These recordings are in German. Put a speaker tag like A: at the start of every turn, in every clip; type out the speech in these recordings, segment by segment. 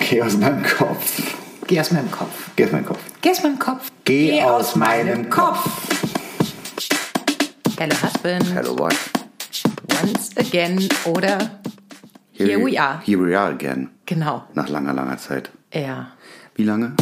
A: Geh aus meinem Kopf.
B: Geh aus meinem Kopf.
A: Geh aus meinem Kopf.
B: Geh aus meinem Kopf.
A: Geh aus meinem
B: Hello Husband.
A: Hello, what?
B: Once again oder Here we are.
A: Here we are again.
B: genau.
A: Nach langer, langer Zeit.
B: Ja.
A: Wie lange?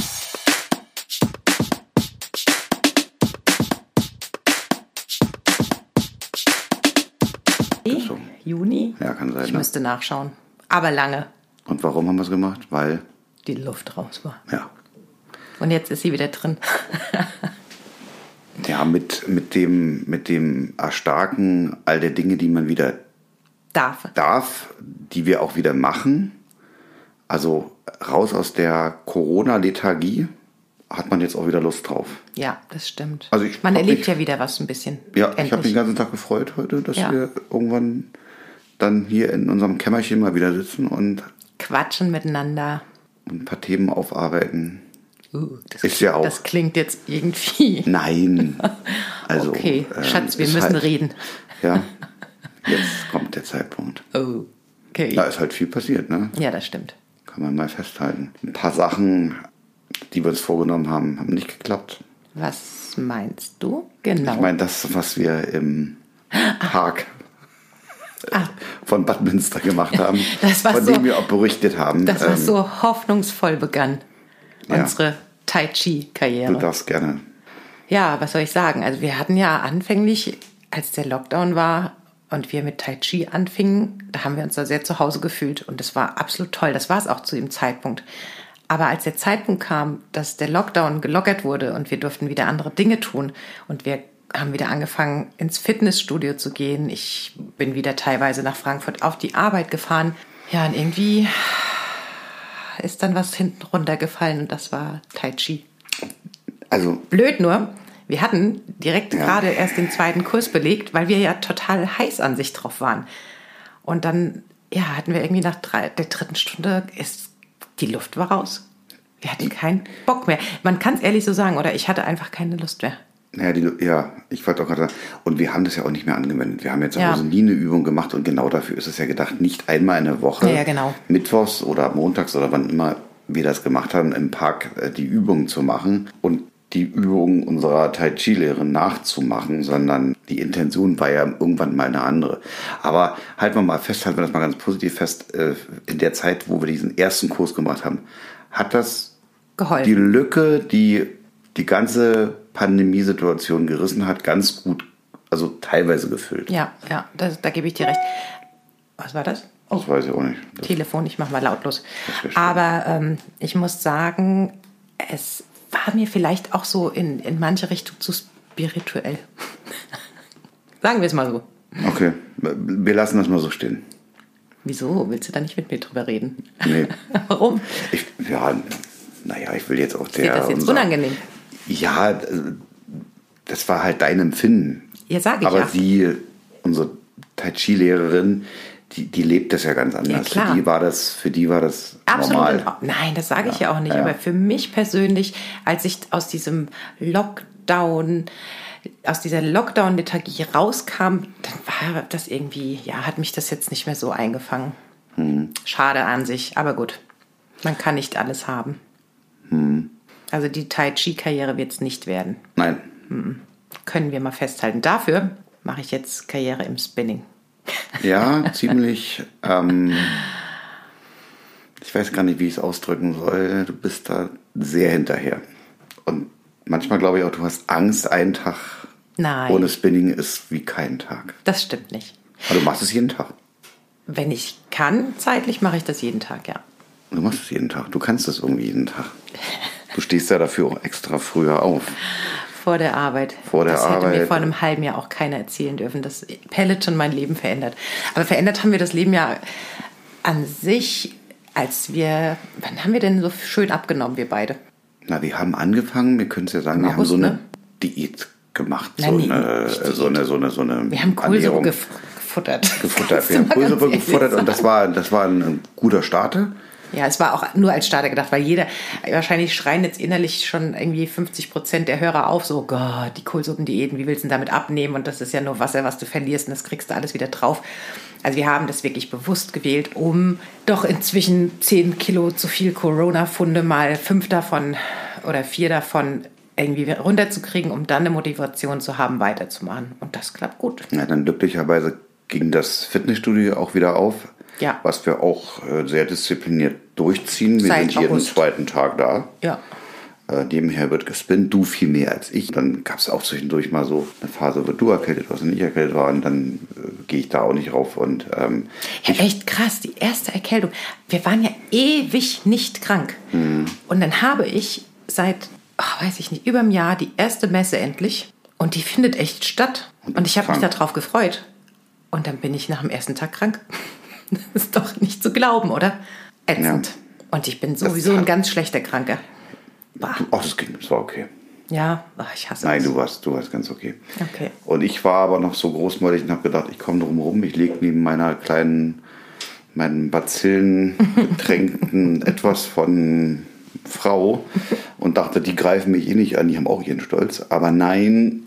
A: so.
B: Juni?
A: Ja, kann sein.
B: Ich
A: Ne?
B: müsste nachschauen. Aber lange
A: Und warum haben wir es gemacht? Weil,
B: die Luft raus war.
A: ja.
B: Und jetzt ist sie wieder drin.
A: Ja, mit, mit, dem, mit dem Erstarken all der Dinge, die man wieder
B: Darf.
A: darf, die wir auch wieder machen. Also raus aus der Corona-Lethargie hat man jetzt auch wieder Lust drauf.
B: Ja, das stimmt.
A: Also ich
B: Man
A: hab
B: erlebt
A: mich-
B: ja wieder was ein bisschen.
A: Ja, ich habe mich den
B: Endlich.
A: ganzen Tag gefreut heute, dass
B: Ja.
A: wir irgendwann dann hier in unserem Kämmerchen mal wieder sitzen und
B: Quatschen miteinander.
A: ein paar Themen aufarbeiten.
B: Uh, das,
A: Ist ja auch-
B: Das klingt jetzt irgendwie.
A: Nein. Also,
B: okay,
A: ähm,
B: Schatz, wir
A: ist
B: müssen
A: halt-
B: reden.
A: Ja, jetzt kommt der Zeitpunkt.
B: Oh, okay.
A: Da ist halt viel passiert, ne?
B: ja, das stimmt.
A: Kann man mal festhalten. Ein paar Sachen, die wir uns vorgenommen haben, haben nicht geklappt.
B: Was meinst du? Genau.
A: Ich meine, das, was wir im Park von Badminster gemacht haben,
B: Ah. Das war
A: von
B: so-
A: dem wir auch berichtet haben.
B: das, was
A: Ähm,
B: so hoffnungsvoll begann,
A: ja.
B: unsere Tai
A: Du
B: Chi-Karriere.
A: darfst gerne.
B: Ja, was soll ich sagen? Also wir hatten ja anfänglich, als der Lockdown war und wir mit Tai Chi anfingen, da haben wir uns da sehr zu Hause gefühlt und das war absolut toll. Das war es auch zu dem Zeitpunkt. Aber als der Zeitpunkt kam, dass der Lockdown gelockert wurde und wir durften wieder andere Dinge tun und wir haben wieder angefangen, ins Fitnessstudio zu gehen. Ich bin wieder teilweise nach Frankfurt auf die Arbeit gefahren. Ja, und irgendwie ist dann was hinten runtergefallen und das war Tai Chi.
A: Also,
B: Blöd nur, wir hatten direkt
A: Ja.
B: gerade erst den zweiten Kurs belegt, weil wir ja total heiß an sich drauf waren. Und dann ja, hatten wir irgendwie nach drei, der dritten Stunde ist die Luft war raus. Wir hatten keinen Bock mehr. Man kann es ehrlich so sagen, oder ich hatte einfach keine Lust mehr.
A: naja, die, ja, ich wollte auch gerade sagen, und wir haben das ja auch nicht mehr angewendet. Wir haben jetzt
B: Ja.
A: also nie eine Übung gemacht und genau dafür ist es ja gedacht, nicht einmal in der Woche,
B: Ja, ja, genau.
A: mittwochs oder montags oder wann immer wir das gemacht haben, im Park äh, die Übungen zu machen und die Übungen unserer Tai Chi-Lehrerin nachzumachen, sondern die Intention war ja irgendwann mal eine andere. Aber halten wir mal fest, halten wir das mal ganz positiv fest, äh, in der Zeit, wo wir diesen ersten Kurs gemacht haben, hat das die
B: Geheult.
A: Lücke, die die ganze Pandemiesituation gerissen hat, ganz gut, also teilweise gefüllt.
B: Ja, ja, das, da gebe ich dir recht. Was war das?
A: Das weiß ich auch nicht. Das,
B: Telefon, ich mache mal lautlos.
A: Das wär schön.
B: Aber ähm, ich muss sagen, es war mir vielleicht auch so in, in manche Richtung zu spirituell. sagen wir es mal so.
A: okay, wir lassen das mal so stehen.
B: Wieso? Willst du da nicht mit mir drüber reden?
A: Nee.
B: Warum?
A: Ich, ja, naja, ich will jetzt auch der.
B: Wird das jetzt
A: unser-
B: unangenehm?
A: Ja, äh, das war halt dein Empfinden.
B: Ja, sag ich
A: Aber
B: ja.
A: sie, unsere Tai Chi-Lehrerin, die, die lebt das ja ganz anders.
B: klar.
A: Für die war das, für die war das
B: Absolut.
A: normal.
B: in Ordnung. Nein, das sage ich ja auch nicht.
A: ja, ja.
B: Aber für mich persönlich, als ich aus diesem Lockdown, aus dieser Lockdown-Lethargie rauskam, dann war das irgendwie, ja, hat mich das jetzt nicht mehr so eingefangen.
A: Hm.
B: Schade an sich, aber gut. Man kann nicht alles haben.
A: Hm.
B: Also die Tai Chi-Karriere wird es nicht werden.
A: Nein.
B: Können wir mal festhalten. Dafür mache ich jetzt Karriere im Spinning.
A: Ja, ziemlich. Ähm, ich weiß gar nicht, wie ich es ausdrücken soll. Du bist da sehr hinterher. Und manchmal glaube ich auch, du hast Angst, ein Tag
B: Nein.
A: ohne Spinning ist wie kein Tag.
B: Das stimmt nicht.
A: Aber du machst es jeden Tag.
B: Wenn ich kann, zeitlich mache ich das jeden Tag, ja.
A: Du machst es jeden Tag. Du kannst es irgendwie jeden Tag. Du stehst ja dafür auch extra früher auf.
B: Vor der Arbeit.
A: Vor der
B: das hätte mir
A: Arbeit.
B: vor einem halben Jahr auch keiner erzählen dürfen, dass Peloton mein Leben verändert. Aber verändert haben wir das Leben ja an sich, als wir. Wann haben wir denn so schön abgenommen, wir beide?
A: Na, wir haben angefangen, wir können es ja sagen, wir haben
B: August,
A: so eine
B: ne?
A: Diät gemacht.
B: Nein,
A: so,
B: nee,
A: eine, äh,
B: nicht
A: so eine, so eine, so eine.
B: Wir haben Kohlsuppe
A: Ernährung.
B: gef gefuttert.
A: gefuttert.
B: Kannst
A: Wir
B: du
A: haben
B: mal ganz
A: Kohlsuppe
B: ehrlich
A: gefuttert
B: sagen.
A: und das war, das war ein, ein guter Start.
B: Ja, es war auch nur als Starter gedacht, weil jeder, wahrscheinlich schreien jetzt innerlich schon irgendwie 50 Prozent der Hörer auf, so, Gott, die Kohlsuppendiäten, wie willst du denn damit abnehmen? Und das ist ja nur Wasser, was du verlierst und das kriegst du alles wieder drauf. Also wir haben das wirklich bewusst gewählt, um doch inzwischen 10 Kilo zu viel Corona-Funde mal fünf davon oder vier davon irgendwie runterzukriegen, um dann eine Motivation zu haben, weiterzumachen. Und das klappt gut.
A: Ja, dann glücklicherweise ging das Fitnessstudio auch wieder auf.
B: Ja.
A: Was wir auch äh, sehr diszipliniert durchziehen. Wir
B: Seit
A: sind jeden
B: August.
A: zweiten Tag da.
B: Ja.
A: Äh, nebenher wird gespinnt, du viel mehr als ich. Dann gab es auch zwischendurch mal so eine Phase, wo du erkältet warst und ich erkältet war. Und dann äh, gehe ich da auch nicht rauf. Und ähm,
B: Ja, echt krass, die erste Erkältung. Wir waren ja ewig nicht krank. Und dann habe ich seit, ach, weiß ich nicht, über einem Jahr die erste Messe endlich. Und die findet echt statt.
A: Und
B: Und ich habe mich
A: krank.
B: darauf gefreut. Und dann bin ich nach dem ersten Tag krank. Das ist doch nicht zu glauben, oder? Ätzend.
A: Ja.
B: Und ich bin sowieso
A: hat-
B: ein ganz schlechter Kranker. Bah.
A: du- ach, das ging, das war okay.
B: Ja, ach, ich hasse
A: Nein,
B: das.
A: du warst, du warst ganz okay.
B: Okay.
A: Und ich war aber noch so großmäulig und habe gedacht, ich komme drum rum. Ich lege neben meiner kleinen, meinen Bazillen getränkten etwas von Frau und dachte, die greifen mich eh nicht an, die haben auch ihren Stolz. Aber nein,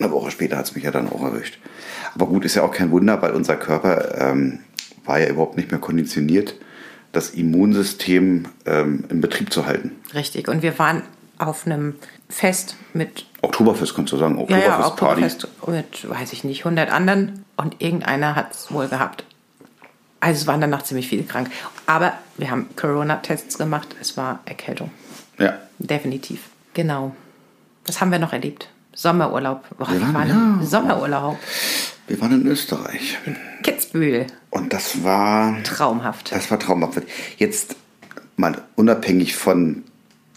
A: eine Woche später hat es mich ja dann auch erwischt. Aber gut, ist ja auch kein Wunder, weil unser Körper ähm, war ja überhaupt nicht mehr konditioniert, das Immunsystem ähm, in Betrieb zu halten.
B: Richtig. Und wir waren auf einem Fest mit
A: Oktoberfest kommt zusammen,
B: Ja,
A: Oktoberfest-Party.
B: ja, Oktoberfest mit, weiß ich nicht, 100 anderen und irgendeiner hat es wohl gehabt. Also es waren danach ziemlich viele krank. Aber wir haben Corona-Tests gemacht, es war Erkältung.
A: ja.
B: Definitiv. Genau. Das haben wir noch erlebt. Sommerurlaub. Boah,
A: Wir
B: wir
A: waren-
B: waren
A: ja.
B: im Sommerurlaub.
A: Wir waren in Österreich.
B: Kitzbühel.
A: Und das war,
B: Traumhaft.
A: das war traumhaft. Jetzt mal unabhängig von,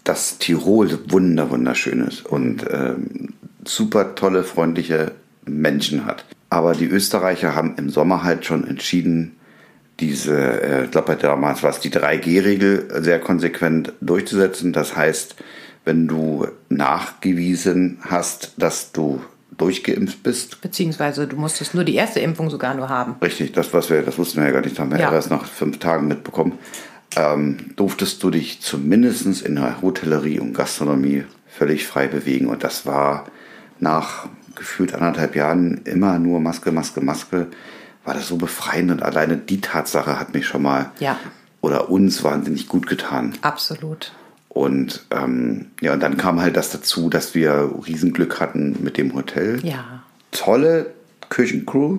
A: dass Tirol wunder wunderschön ist und ähm, super tolle, freundliche Menschen hat. Aber die Österreicher haben im Sommer halt schon entschieden, diese, äh, ich glaube damals war es die 3G-Regel sehr konsequent durchzusetzen. Das heißt, wenn du nachgewiesen hast, dass du durchgeimpft bist,
B: Beziehungsweise du musstest nur die erste Impfung sogar nur haben.
A: Richtig, das, was wir, das wussten wir ja gar nicht, haben wir
B: Ja.
A: erst nach fünf Tagen mitbekommen. Ähm, durftest du dich zumindest in der Hotellerie und Gastronomie völlig frei bewegen. Und das war nach gefühlt anderthalb Jahren immer nur Maske, Maske, Maske, war das so befreiend und alleine die Tatsache hat mich schon mal
B: Ja.
A: oder uns wahnsinnig gut getan.
B: Absolut.
A: Und ähm, ja, und dann kam halt das dazu, dass wir Riesenglück hatten mit dem Hotel
B: Ja.
A: tolle Küchencrew.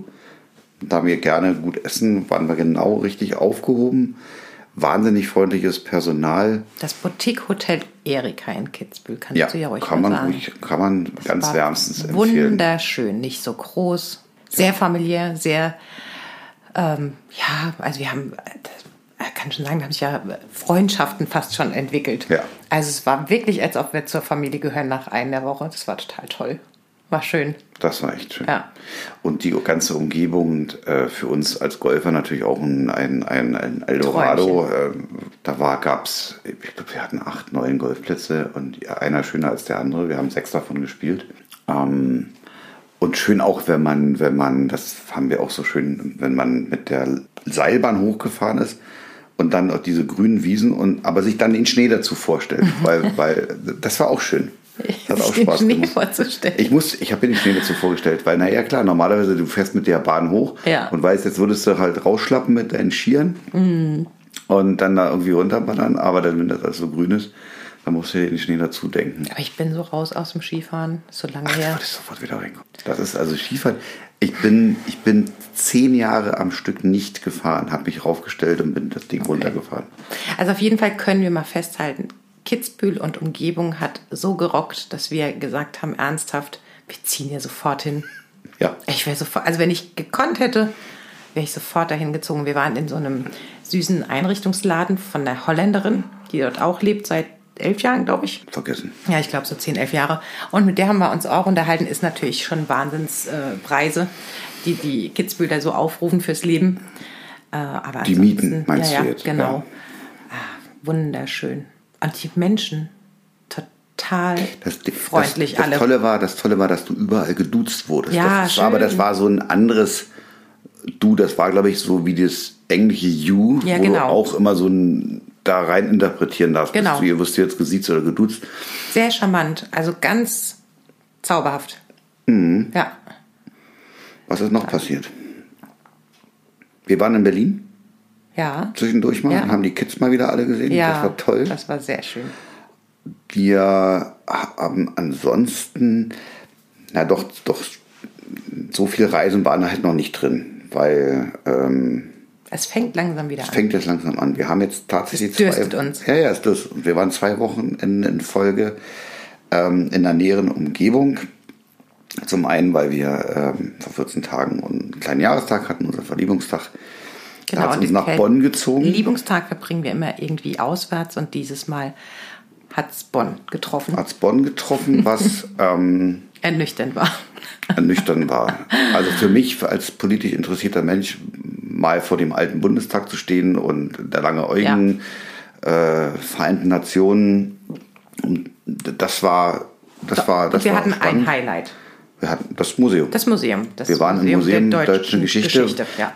A: Da wir gerne gut essen, waren wir genau richtig aufgehoben. Wahnsinnig freundliches Personal.
B: Das Boutique Hotel Erika in Kitzbühel kannst
A: Ja,
B: du ja ruhig
A: kann
B: mal
A: man,
B: sagen.
A: ruhig, kann man ganz
B: War
A: wärmstens empfehlen.
B: Wunderschön, nicht so groß, sehr familiär, sehr, ähm, ja, also wir haben, äh, ich kann schon sagen, da haben sich ja Freundschaften fast schon entwickelt.
A: Ja.
B: Also es war wirklich, als ob wir zur Familie gehören nach einer Woche. Das war total toll. War schön.
A: Das war echt schön.
B: Ja.
A: Und die ganze Umgebung äh, für uns als Golfer natürlich auch ein, ein, ein, ein Eldorado. Ähm, da gab es, ich glaube, wir hatten acht, neun Golfplätze und einer schöner als der andere. Wir haben sechs davon gespielt. Ähm, und schön auch, wenn man, wenn man, das haben wir auch so schön, wenn man mit der Seilbahn hochgefahren ist und dann auf diese grünen Wiesen und aber sich dann den Schnee dazu vorstellt, weil, weil das war auch schön. Das hat auch
B: Sich den
A: Spaß
B: Schnee
A: gemacht.
B: vorzustellen.
A: Ich muss, ich habe mir die Schnee dazu vorgestellt, weil naja klar, normalerweise du fährst mit der Bahn hoch
B: Ja.
A: und weißt, jetzt würdest du halt rausschlappen mit deinen Skiern und dann da irgendwie runterballern, aber dann, wenn das alles so grün ist, dann musst du dir den Schnee dazu denken.
B: Aber ich bin so raus aus dem Skifahren, ist so lange
A: Ja.
B: her.
A: Würde ich sofort wieder reinkommen. Das ist also Skifahren. Ich bin, ich bin zehn Jahre am Stück nicht gefahren, habe mich raufgestellt und bin das Ding runtergefahren.
B: Also auf jeden Fall können wir mal festhalten, Kitzbühel und Umgebung hat so gerockt, dass wir gesagt haben, ernsthaft, wir ziehen hier sofort hin.
A: Ja.
B: Ich wäre sofort, also wenn ich gekonnt hätte, wäre ich sofort dahin gezogen. Wir waren in so einem süßen Einrichtungsladen von einer Holländerin, die dort auch lebt seit elf Jahren, glaube ich.
A: Vergessen.
B: Ja, ich glaube so 10, 11 Jahre. Und mit der haben wir uns auch unterhalten. Ist natürlich schon Wahnsinnspreise, äh, Preise, die die Kitzbühler so aufrufen fürs Leben. Äh, aber
A: Die
B: ansonsten-
A: Mieten, meinst
B: ja, ja,
A: du jetzt?
B: Genau.
A: Ja.
B: Ah, wunderschön. Und die Menschen total
A: Das,
B: freundlich
A: das, das
B: alle.
A: Tolle war, das Tolle war, dass du überall geduzt wurdest.
B: Ja,
A: das, das war, aber
B: schön.
A: das war so ein anderes Du, das war, glaube ich, so wie das englische You,
B: Ja,
A: wo
B: genau.
A: auch immer so ein da rein interpretieren darfst.
B: Genau.
A: Bist du, ihr wirst du jetzt gesiezt oder geduzt.
B: Sehr charmant, also ganz zauberhaft.
A: Mhm.
B: Ja.
A: Was ist noch passiert? Wir waren in Berlin
B: Ja.
A: zwischendurch mal
B: Ja.
A: und haben die Kids mal wieder alle gesehen.
B: ja.
A: Das war toll.
B: Das war sehr schön.
A: Wir haben ansonsten, na doch, doch, so viele Reisen waren halt noch nicht drin, weil ähm,
B: Es fängt langsam wieder an.
A: fängt jetzt langsam an. Wir haben jetzt tatsächlich
B: Es dürstet uns.
A: Ja, ja, es dürstet uns. Wir waren zwei Wochen in, in Folge ähm, in der näheren Umgebung. Zum einen, weil wir ähm, vor 14 Tagen einen kleinen Jahrestag hatten, unseren Verliebungstag. Da hat es
B: Genau, und
A: uns
B: die
A: nach
B: Kälte-
A: Bonn gezogen.
B: Liebungstag verbringen wir immer irgendwie auswärts und dieses Mal hat es Bonn getroffen.
A: Hat's Bonn getroffen, was ähm,
B: Ernüchternd war.
A: ernüchternd war. Also für mich als politisch interessierter Mensch mal vor dem alten Bundestag zu stehen und der lange Eugen, äh, Vereinten Nationen, und d- das war, das war, das
B: wir
A: war
B: hatten ein
A: spannend.
B: Highlight.
A: Wir hatten das Museum,
B: Das Museum. Das
A: Wir waren im Museum
B: der
A: Deutsche
B: deutschen,
A: Geschichte.
B: Ja.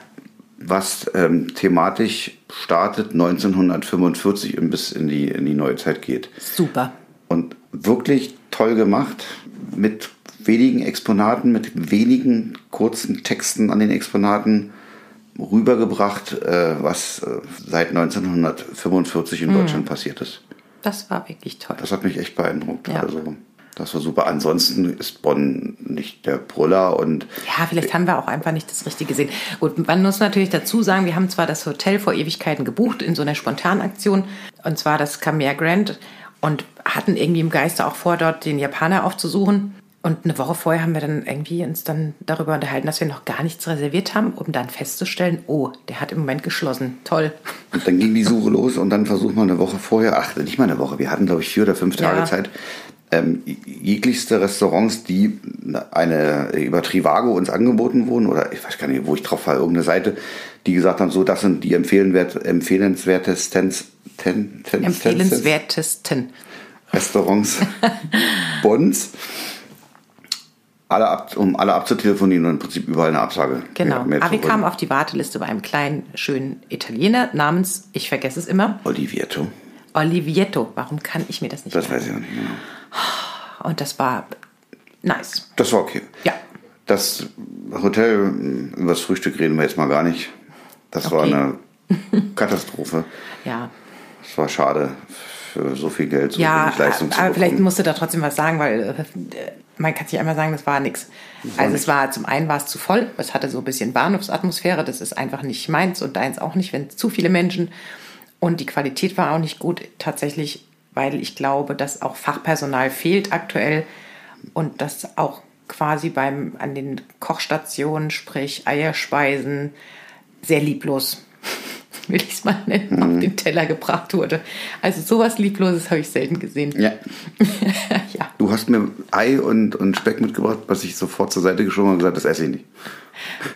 A: was ähm, thematisch startet 1945 und bis in die, in die neue Zeit geht.
B: Super.
A: Und wirklich toll gemacht mit wenigen Exponaten, mit wenigen kurzen Texten an den Exponaten rübergebracht, äh, was äh, seit 1945 in Deutschland passiert ist.
B: Das war wirklich toll.
A: Das hat mich echt beeindruckt.
B: Ja.
A: Also, das war super. Ansonsten ist Bonn nicht der Brüller und
B: Ja, vielleicht haben wir auch einfach nicht das Richtige gesehen. Gut, man muss natürlich dazu sagen, wir haben zwar das Hotel vor Ewigkeiten gebucht in so einer Spontanaktion und zwar das Khmer Grand und hatten irgendwie im Geiste auch vor, dort den Japaner aufzusuchen. Und eine Woche vorher haben wir dann irgendwie uns dann darüber unterhalten, dass wir noch gar nichts reserviert haben, um dann festzustellen, oh, der hat im Moment geschlossen. Toll.
A: Und dann ging die Suche los und dann versucht man eine Woche vorher, ach, nicht mal eine Woche, wir hatten glaube ich vier oder fünf Tage
B: Ja.
A: Zeit, ähm, j- jeglichste Restaurants, die eine über Trivago uns angeboten wurden oder ich weiß gar nicht, wo ich drauf war, irgendeine Seite, die gesagt haben, so das sind die empfehlenwert, empfehlenswertesten ten, ten,
B: Empfehlenswertesten.
A: Restaurants Bonds. Alle ab, um alle abzutelefonieren und im Prinzip überall eine Absage.
B: Genau.
A: Mehr- mehr
B: Aber wir
A: zu-
B: kamen auf die Warteliste bei einem kleinen, schönen Italiener namens, ich vergesse es immer,
A: Olivietto,
B: Olivietto. Warum kann ich mir das nicht
A: das weiß ich auch nicht genau.
B: Und das war nice.
A: Das war okay.
B: Ja.
A: Das Hotel, mh, über das Frühstück reden wir jetzt mal gar nicht. Das war
B: Okay.
A: eine Katastrophe.
B: Ja.
A: Es war schade, für so viel Geld so
B: Ja, äh,
A: wenig Leistung zu
B: aber vielleicht
A: bekommen.
B: musst du da trotzdem was sagen, weil äh, man kann sich einmal sagen, das war nichts. Also es war zum einen war es zu voll, es hatte so ein bisschen Bahnhofsatmosphäre, das ist einfach nicht meins und deins auch nicht, wenn zu viele Menschen und die Qualität war auch nicht gut tatsächlich, weil ich glaube, dass auch Fachpersonal fehlt aktuell und dass auch quasi beim an den Kochstationen, sprich Eierspeisen sehr lieblos will ich es mal nennen, auf den Teller gebracht wurde. Also sowas Liebloses habe ich selten gesehen.
A: Ja.
B: ja.
A: Du hast mir Ei und, und Speck mitgebracht, was ich sofort zur Seite geschoben habe und gesagt, das esse ich nicht.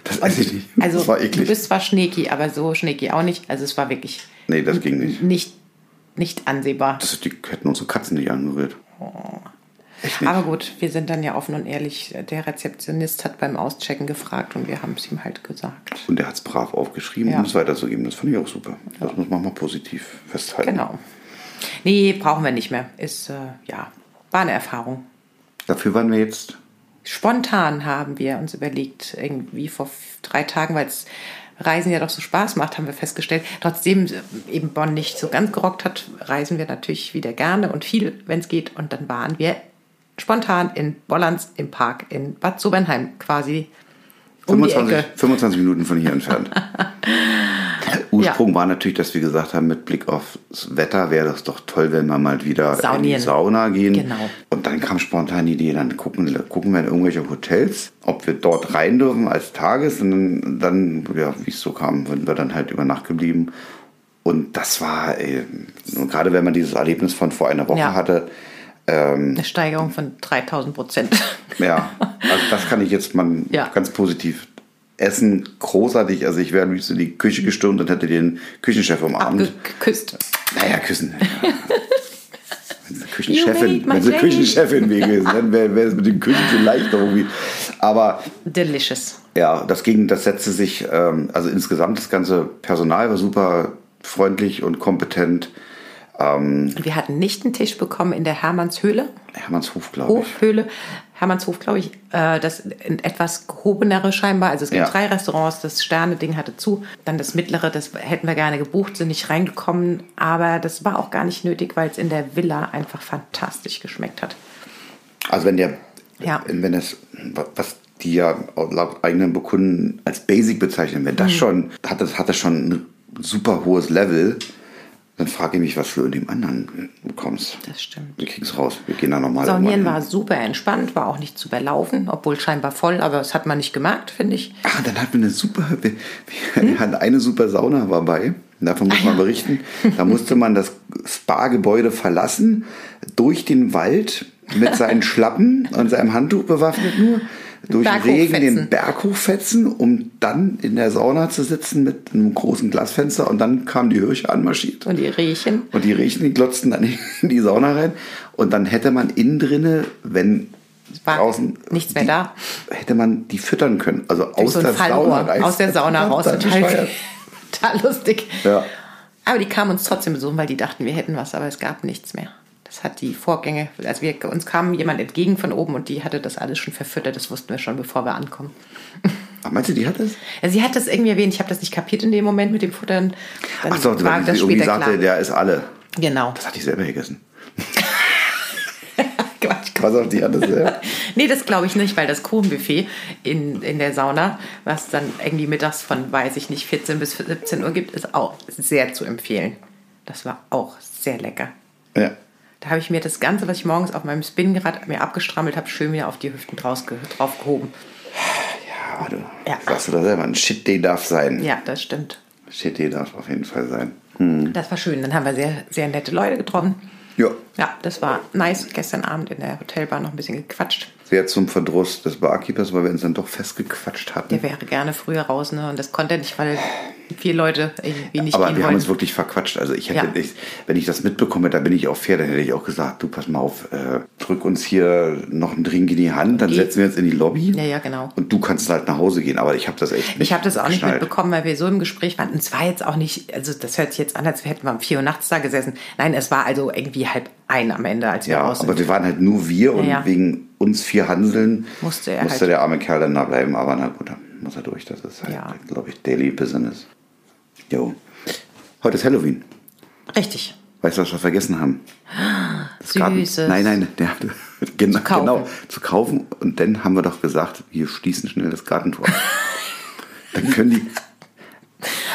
A: Das esse ich nicht.
B: Also
A: das war
B: du
A: eklig.
B: bist zwar schneeki, aber so schneeki auch nicht. Also es war wirklich
A: nee, das ging nicht.
B: nicht, nicht ansehbar.
A: Das, die hätten unsere Katzen nicht angerührt. Echt nicht.
B: Aber gut, wir sind dann ja offen und ehrlich. Der Rezeptionist hat beim Auschecken gefragt und wir haben es ihm halt gesagt.
A: Und der hat es brav aufgeschrieben,
B: Ja.
A: um es weiterzugeben. Das fand ich auch super. Das muss man mal positiv festhalten.
B: Genau. Nee, brauchen wir nicht mehr. Ist, äh, ja, war eine Erfahrung.
A: Dafür waren wir jetzt
B: Spontan haben wir uns überlegt, irgendwie vor f- drei Tagen, weil es Reisen ja doch so Spaß macht, haben wir festgestellt. Trotzdem äh, eben Bonn nicht so ganz gerockt hat, reisen wir natürlich wieder gerne und viel, wenn es geht. Und dann waren wir spontan in Bollands im Park in Bad Sobernheim quasi um die
A: 25,
B: Ecke.
A: 25 Minuten von hier entfernt. Ursprung war natürlich, dass wir gesagt haben, mit Blick aufs Wetter wäre das doch toll, wenn wir mal wieder in die
B: Saunieren.
A: Sauna gehen.
B: Genau.
A: Und dann kam spontan die Idee, dann gucken, gucken wir in irgendwelche Hotels, ob wir dort rein dürfen als Tages. Und dann, ja, wie es so kam, sind wir dann halt über Nacht geblieben. Und das war, ey, und gerade wenn man dieses Erlebnis von vor einer Woche
B: Ja.
A: hatte,
B: Eine Steigerung von 3000 Prozent.
A: ja, also das kann ich jetzt mal
B: Ja.
A: ganz positiv. Essen großartig. Also ich wäre am liebsten in die Küche gestürmt und hätte den Küchenchef umarmt.
B: Geküsst.
A: naja, küssen. Wenn sie
B: made
A: Küchenchefin,
B: my
A: wenn sie
B: day.
A: Küchenchefin wäre, gewesen, dann wäre es mit dem Küchen vielleicht irgendwie. Aber
B: Delicious.
A: ja, das ging, das setzte sich, ähm, also insgesamt das ganze Personal war super, freundlich und kompetent. Ähm,
B: Wir hatten nicht einen Tisch bekommen in der Hermannshöhle.
A: Hermannshof, glaube ich.
B: Hofhöhle, Hermannshof, glaube ich, äh, das in etwas gehobenere scheinbar. Also es gibt
A: Ja.
B: drei Restaurants, das Sterne-Ding hatte zu. Dann das mittlere, das hätten wir gerne gebucht, sind nicht reingekommen. Aber das war auch gar nicht nötig, weil es in der Villa einfach fantastisch geschmeckt hat.
A: Also wenn der, äh,
B: Ja.
A: wenn das, was die ja laut eigenen Bekunden als Basic bezeichnen, wenn
B: Mhm.
A: das schon, hat das, hat das schon ein super hohes Level, dann frage ich mich, was du in dem anderen bekommst.
B: Das stimmt.
A: Wir kriegen's raus, wir gehen da nochmal.
B: Also Saunieren war super entspannt, war auch nicht zu überlaufen, obwohl scheinbar voll, aber das hat man nicht gemerkt, finde ich.
A: Ach, Ah, dann hatten wir eine super, wir, wir
B: Hm?
A: hatten eine super Sauna war bei. Davon
B: Ah,
A: muss man berichten. Da musste man das Spa-Gebäude verlassen, durch den Wald mit seinen Schlappen und seinem Handtuch bewaffnet nur, durch
B: Berg
A: Regen den
B: hochfetzen.
A: Berg hochfetzen, um dann in der Sauna zu sitzen mit einem großen Glasfenster und dann kam die Hirsche anmarschiert.
B: Und die Riechen.
A: Und die Riechen, die glotzten dann in die Sauna rein. Und dann hätte man innen drinne, wenn
B: war
A: draußen
B: nichts mehr
A: die,
B: da.
A: hätte man die füttern können. Also aus
B: so ein
A: der Sauna
B: Fallrohr
A: reißt-
B: aus der Sauna raus.
A: Das ist
B: Total,
A: bescheuert.
B: total lustig.
A: Ja.
B: Aber die kamen uns trotzdem besuchen, weil die dachten, wir hätten was, aber es gab nichts mehr. Das hat die Vorgänge, also wir, uns kam jemand entgegen von oben und die hatte das alles schon verfüttert, das wussten wir schon, bevor wir ankommen.
A: Ach, meinst du, die hat es?
B: Ja, sie hat das irgendwie erwähnt, ich habe das nicht kapiert in dem Moment mit dem Futtern. Dann
A: Ach so, weil sie irgendwie sagte, der ist alle.
B: Genau.
A: Das hatte ich selber gegessen.
B: Quatsch,
A: Pass auf, die hat es selber.
B: Nee, das glaube ich nicht, weil das Kuchenbuffet in, in der Sauna, was dann irgendwie mittags von, weiß ich nicht, 14 bis 17 Uhr gibt, ist auch sehr zu empfehlen. Das war auch sehr lecker.
A: ja.
B: Da habe ich mir das Ganze, was ich morgens auf meinem Spinningrad mir abgestrammelt habe, schön wieder auf die Hüften draus ge- draufgehoben.
A: Ja, du
B: Ja.
A: sagst du da selber. Ein Shit-Day darf sein.
B: Ja, das stimmt.
A: Shit-Day darf auf jeden Fall sein. Hm.
B: Das war schön. Dann haben wir sehr, sehr nette Leute getroffen.
A: Ja,
B: Ja, das war nice. Gestern Abend in der Hotelbar noch ein bisschen gequatscht.
A: sehr zum Verdruss des Barkeepers, weil wir uns dann doch festgequatscht hatten.
B: Der wäre gerne früher raus, ne? Und das konnte er nicht, weil vier Leute irgendwie nicht
A: Aber
B: gehen
A: wir haben
B: wollten.
A: uns wirklich verquatscht. Also ich hätte,
B: Ja.
A: ich, wenn ich das mitbekomme, da bin ich auch fair, dann hätte ich auch gesagt, du pass mal auf, äh, drück uns hier noch einen Drink in die Hand, dann
B: Geh.
A: setzen wir uns in die Lobby.
B: Ja, ja, genau.
A: Und du kannst halt nach Hause gehen. Aber ich habe das echt
B: Ich habe das auch nicht
A: geschnallt.
B: mitbekommen, weil wir so im Gespräch waren. Und es war jetzt auch nicht, also das hört sich jetzt an, als hätten wir um 4 Uhr nachts da gesessen. Nein, es war also irgendwie halb ein am Ende, als wir
A: Ja,
B: raus
A: aber
B: sind.
A: wir waren halt nur wir und
B: Ja, ja.
A: wegen uns vier Hanseln
B: Musste er halt.
A: der arme Kerl dann da bleiben. Aber na gut, dann muss er durch. Das ist halt,
B: Ja.
A: glaube ich, Daily Business. Jo. Heute ist Halloween.
B: Richtig.
A: Weißt du, was wir vergessen haben? Das Garten-
B: Süßes.
A: Nein, nein, der, genau, zu
B: kaufen.
A: genau. Zu kaufen. Und dann haben wir doch gesagt, wir schließen schnell das Gartentor. dann können die.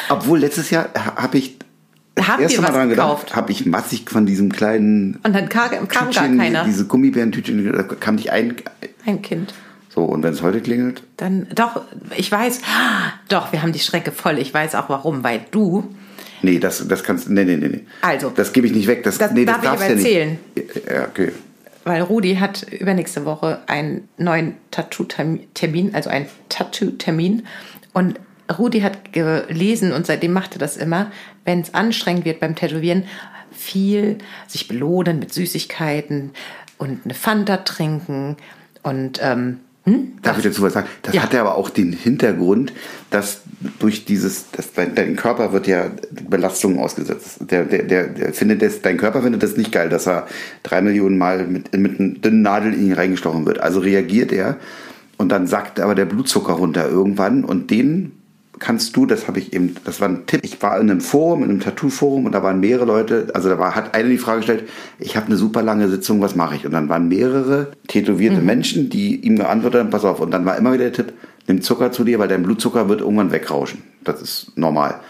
A: Obwohl, letztes Jahr habe ich.
B: Da habt ihr was
A: dran
B: gekauft.
A: gedacht, habe ich massig von diesem kleinen
B: Und dann kam, kam gar
A: Tütchen,
B: keiner.
A: diese Gummibärentütchen, da kam nicht ein.
B: Ein Kind.
A: So, und wenn es heute klingelt,
B: Dann, doch, ich weiß, doch, wir haben die Strecke voll. Ich weiß auch warum, weil du,
A: nee, das, das kannst nee, nee, nee, nee.
B: Also.
A: Das gebe ich nicht weg. Das,
B: Das
A: nee,
B: darf ich
A: darfst
B: aber
A: ja
B: erzählen.
A: Nicht. Ja, okay.
B: weil Rudi hat übernächste Woche einen neuen Tattoo-Termin, also einen Tattoo-Termin. Und Rudi hat gelesen und seitdem macht er das immer, wenn es anstrengend wird beim Tätowieren, viel sich belohnen mit Süßigkeiten und eine Fanta trinken und ähm,
A: Darf ich dazu was sagen? Das
B: Ja.
A: hat ja aber auch den Hintergrund, dass durch dieses, dass dein, dein Körper wird ja Belastungen ausgesetzt. Der, der, der, der findet das, dein Körper findet das nicht geil, dass er drei Millionen Mal mit, mit einer dünnen Nadel in ihn reingestochen wird. Also reagiert er und dann sackt aber der Blutzucker runter irgendwann und den kannst du, das habe ich eben, das war ein Tipp. Ich war in einem Forum, in einem Tattoo-Forum und da waren mehrere Leute, also da war, hat eine die Frage gestellt, ich habe eine super lange Sitzung, was mache ich? Und dann waren mehrere tätowierte
B: Mhm.
A: Menschen, die ihm geantwortet haben, pass auf. Und dann war immer wieder der Tipp, nimm Zucker zu dir, weil dein Blutzucker wird irgendwann wegrauschen. Das ist normal.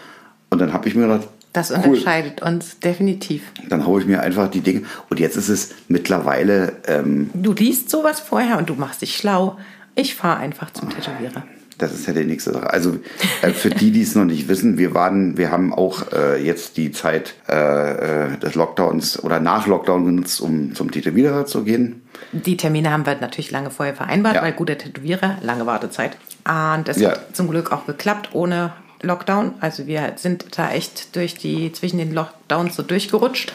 A: Und dann habe ich mir gedacht,
B: das
A: cool,
B: unterscheidet uns definitiv.
A: dann haue ich mir einfach die Dinge. Und jetzt ist es mittlerweile, ähm,
B: Du liest sowas vorher und du machst dich schlau. Ich fahre einfach zum Tätowierer.
A: Das ist ja die nächste Sache. Also äh, für die, die es noch nicht wissen, wir waren, wir haben auch äh, jetzt die Zeit äh, äh, des Lockdowns oder nach Lockdown genutzt, um zum Tätowierer zu gehen.
B: Die Termine haben wir natürlich lange vorher vereinbart,
A: Ja.
B: weil guter Tätowierer, lange Wartezeit. Und das
A: Ja.
B: hat zum Glück auch geklappt ohne Lockdown. Also wir sind da echt durch die, zwischen den Lockdowns so durchgerutscht.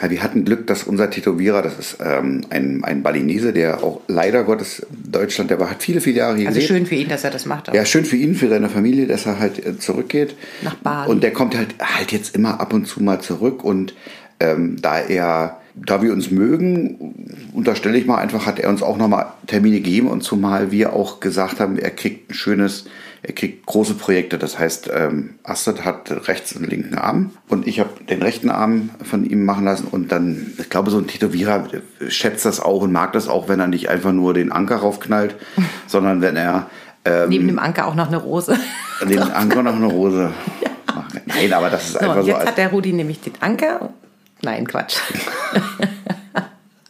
A: Ja, wir hatten Glück, dass unser Tätowierer, das ist ähm, ein, ein Balinese, der auch leider Gottes Deutschland, der war, hat viele, viele Jahre hier
B: Also
A: gelebt.
B: schön für ihn, dass er das macht. aber-
A: Ja, schön für ihn, für seine Familie, dass er halt äh, zurückgeht.
B: Nach Bali.
A: Und der kommt halt halt jetzt immer ab und zu mal zurück und ähm, da er, da wir uns mögen, unterstelle ich mal einfach, hat er uns auch nochmal Termine gegeben und zumal wir auch gesagt haben, er kriegt ein schönes, er kriegt große Projekte. Das heißt, ähm, Astrid hat rechts und linken Arm und ich habe den rechten Arm von ihm machen lassen und dann, ich glaube, so ein Tätowierer äh, schätzt das auch und mag das auch, wenn er nicht einfach nur den Anker raufknallt, sondern wenn er äh,
B: Neben dem Anker auch noch eine Rose.
A: den Anker noch eine Rose machen. Nein, aber das ist
B: So,
A: einfach
B: und
A: so.
B: jetzt
A: Als,
B: hat der Rudi nämlich den Anker. Nein, Quatsch.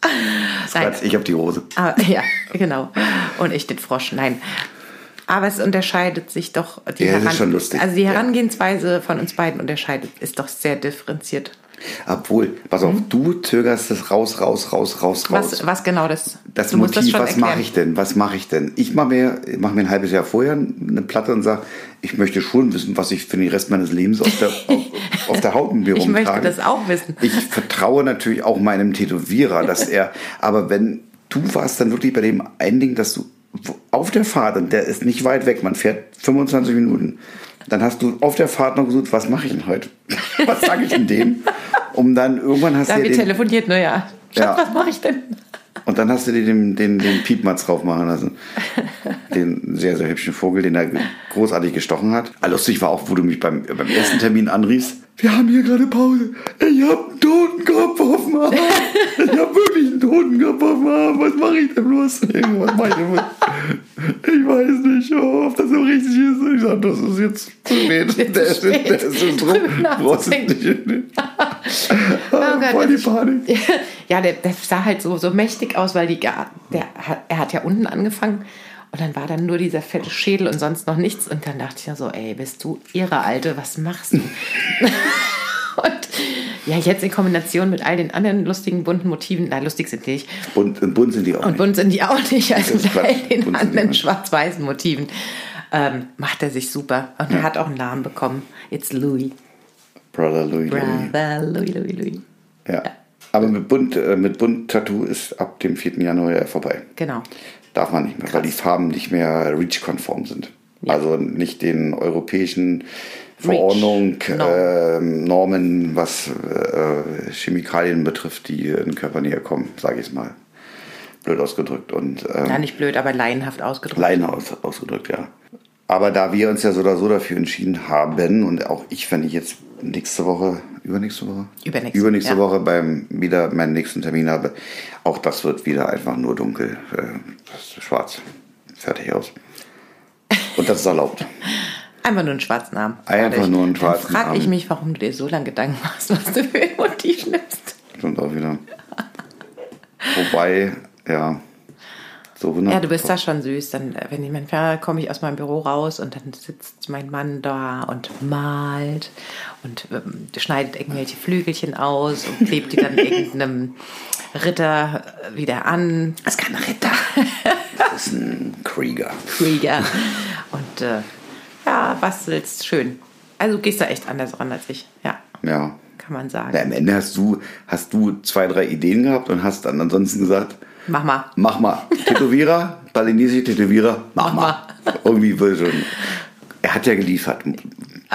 B: Nein,
A: als ich auf die Rose.
B: Ah, ja, genau. Und ich den Frosch, nein. Aber es unterscheidet sich doch. Die
A: Ja, das ist schon lustig.
B: Also die
A: Ja.
B: Herangehensweise von uns beiden unterscheidet, ist doch sehr differenziert.
A: Obwohl, pass auf, du zögerst es raus, raus, raus, raus, raus.
B: Mhm. Was, was genau das?
A: das
B: du musst das
A: Motiv,
B: schon
A: was
B: erklären.
A: mache ich denn? Was mache ich denn? Ich mache mir, mach mir ein halbes Jahr vorher eine Platte und sage, ich möchte schon wissen, was ich für den Rest meines Lebens auf der, auf, auf der Haut mit mir
B: Ich möchte
A: rumtrage.
B: das auch wissen.
A: Ich vertraue natürlich auch meinem Tätowierer, dass er, aber wenn du warst dann wirklich bei dem einen Ding, dass du wo- auf der Fahrt, und der ist nicht weit weg, man fährt 25 Minuten, dann hast du auf der Fahrt noch gesucht, was mache ich denn heute? Was sage ich denn dem? Um dann irgendwann hast
B: Da
A: du
B: haben wir
A: ja den,
B: telefoniert, naja. Schatz,
A: Ja.
B: was mache ich denn?
A: und dann hast du dir den, den, den Piepmatz drauf machen lassen. Den sehr, sehr hübschen Vogel, den er großartig gestochen hat. Ah, Lustig war auch, wo du mich beim, beim ersten Termin anriefst. Wir haben hier gerade Pause. Ich hab einen Totenkopf auf dem Arm. Ich hab wirklich einen Totenkopf auf dem Arm. Was mache ich denn bloß? Irgendwas mach ich denn bloß? Ich weiß nicht, oh, ob das so richtig ist. Ich sag, das ist jetzt zu spät. Der ist, der ist schon drum.
B: Drüber
A: Brauchst es
B: nachzudenken.
A: nicht.
B: Oh Gott,
A: Voll die
B: das-
A: Panik.
B: Ja, der, der sah halt so, so mächtig aus, weil die, gar- der, hat- er hat ja unten angefangen und dann war dann nur dieser fette Schädel und sonst noch nichts. Und dann dachte ich mir so, ey, bist du irre Alte, was machst du? und ja, jetzt in Kombination mit all den anderen lustigen, bunten Motiven, na, lustig sind die nicht,
A: Und, und bunt sind die auch
B: und bunt sind die auch nicht, also
A: Das ist
B: mit all
A: Quatsch. Bunt sind
B: den
A: die
B: anderen
A: nicht.
B: schwarz-weißen Motiven. Ähm, macht er sich super. Und er hat auch einen Namen bekommen. It's Louis.
A: Brother Louis. Louis.
B: Brother Louis, Louis, Louis.
A: Ja. Aber mit Bunt, äh, mit Bunt Tattoo ist ab dem 4. Januar ja vorbei.
B: Genau.
A: Darf man nicht mehr, weil die Farben nicht mehr REACH-konform sind. Also nicht den europäischen Verordnung,
B: Norm.
A: ähm, Normen, was äh, Chemikalien betrifft, die in Körpernähe kommen, sage ich es mal. Blöd ausgedrückt. Und ähm,
B: Na, nicht blöd, aber laienhaft ausgedrückt.
A: Leine aus, ausgedrückt, ja. Aber da wir uns ja so oder so dafür entschieden haben und auch ich, wenn ich jetzt nächste Woche, übernächste Woche?
B: Übernächste,
A: übernächste
B: ja.
A: Woche beim, wieder meinen nächsten Termin habe, auch das wird wieder einfach nur dunkel, äh, das ist schwarz, fertig aus. Und das ist erlaubt.
B: Einfach nur einen schwarzen Arm.
A: Einfach
B: Fertig.
A: nur einen schwarzen
B: Dann frag ich
A: Arm.
B: mich, warum du dir so lange Gedanken machst, was du für ein Motiv nimmst.
A: Stimmt auch wieder. Wobei, ja, so
B: Ja, du bist da schon süß. Dann, äh, wenn ich mein Fernseher komme ich aus meinem Büro raus und dann sitzt mein Mann da und malt und ähm, schneidet irgendwelche Flügelchen aus und klebt die dann irgendeinem Ritter äh, wieder an. Das kann Ritter.
A: das ist ein Krieger.
B: Krieger. Und äh, ja, bastelst schön. Also du gehst da echt anders ran als ich. Ja,
A: Ja.
B: kann man sagen.
A: Na, am Ende hast du, hast du zwei, drei Ideen gehabt und hast dann ansonsten gesagt,
B: Mach mal.
A: Mach mal. Tätowierer, balinesische Tätowierer, mach,
B: Mach
A: mal. Irgendwie will schon. Er hat ja geliefert.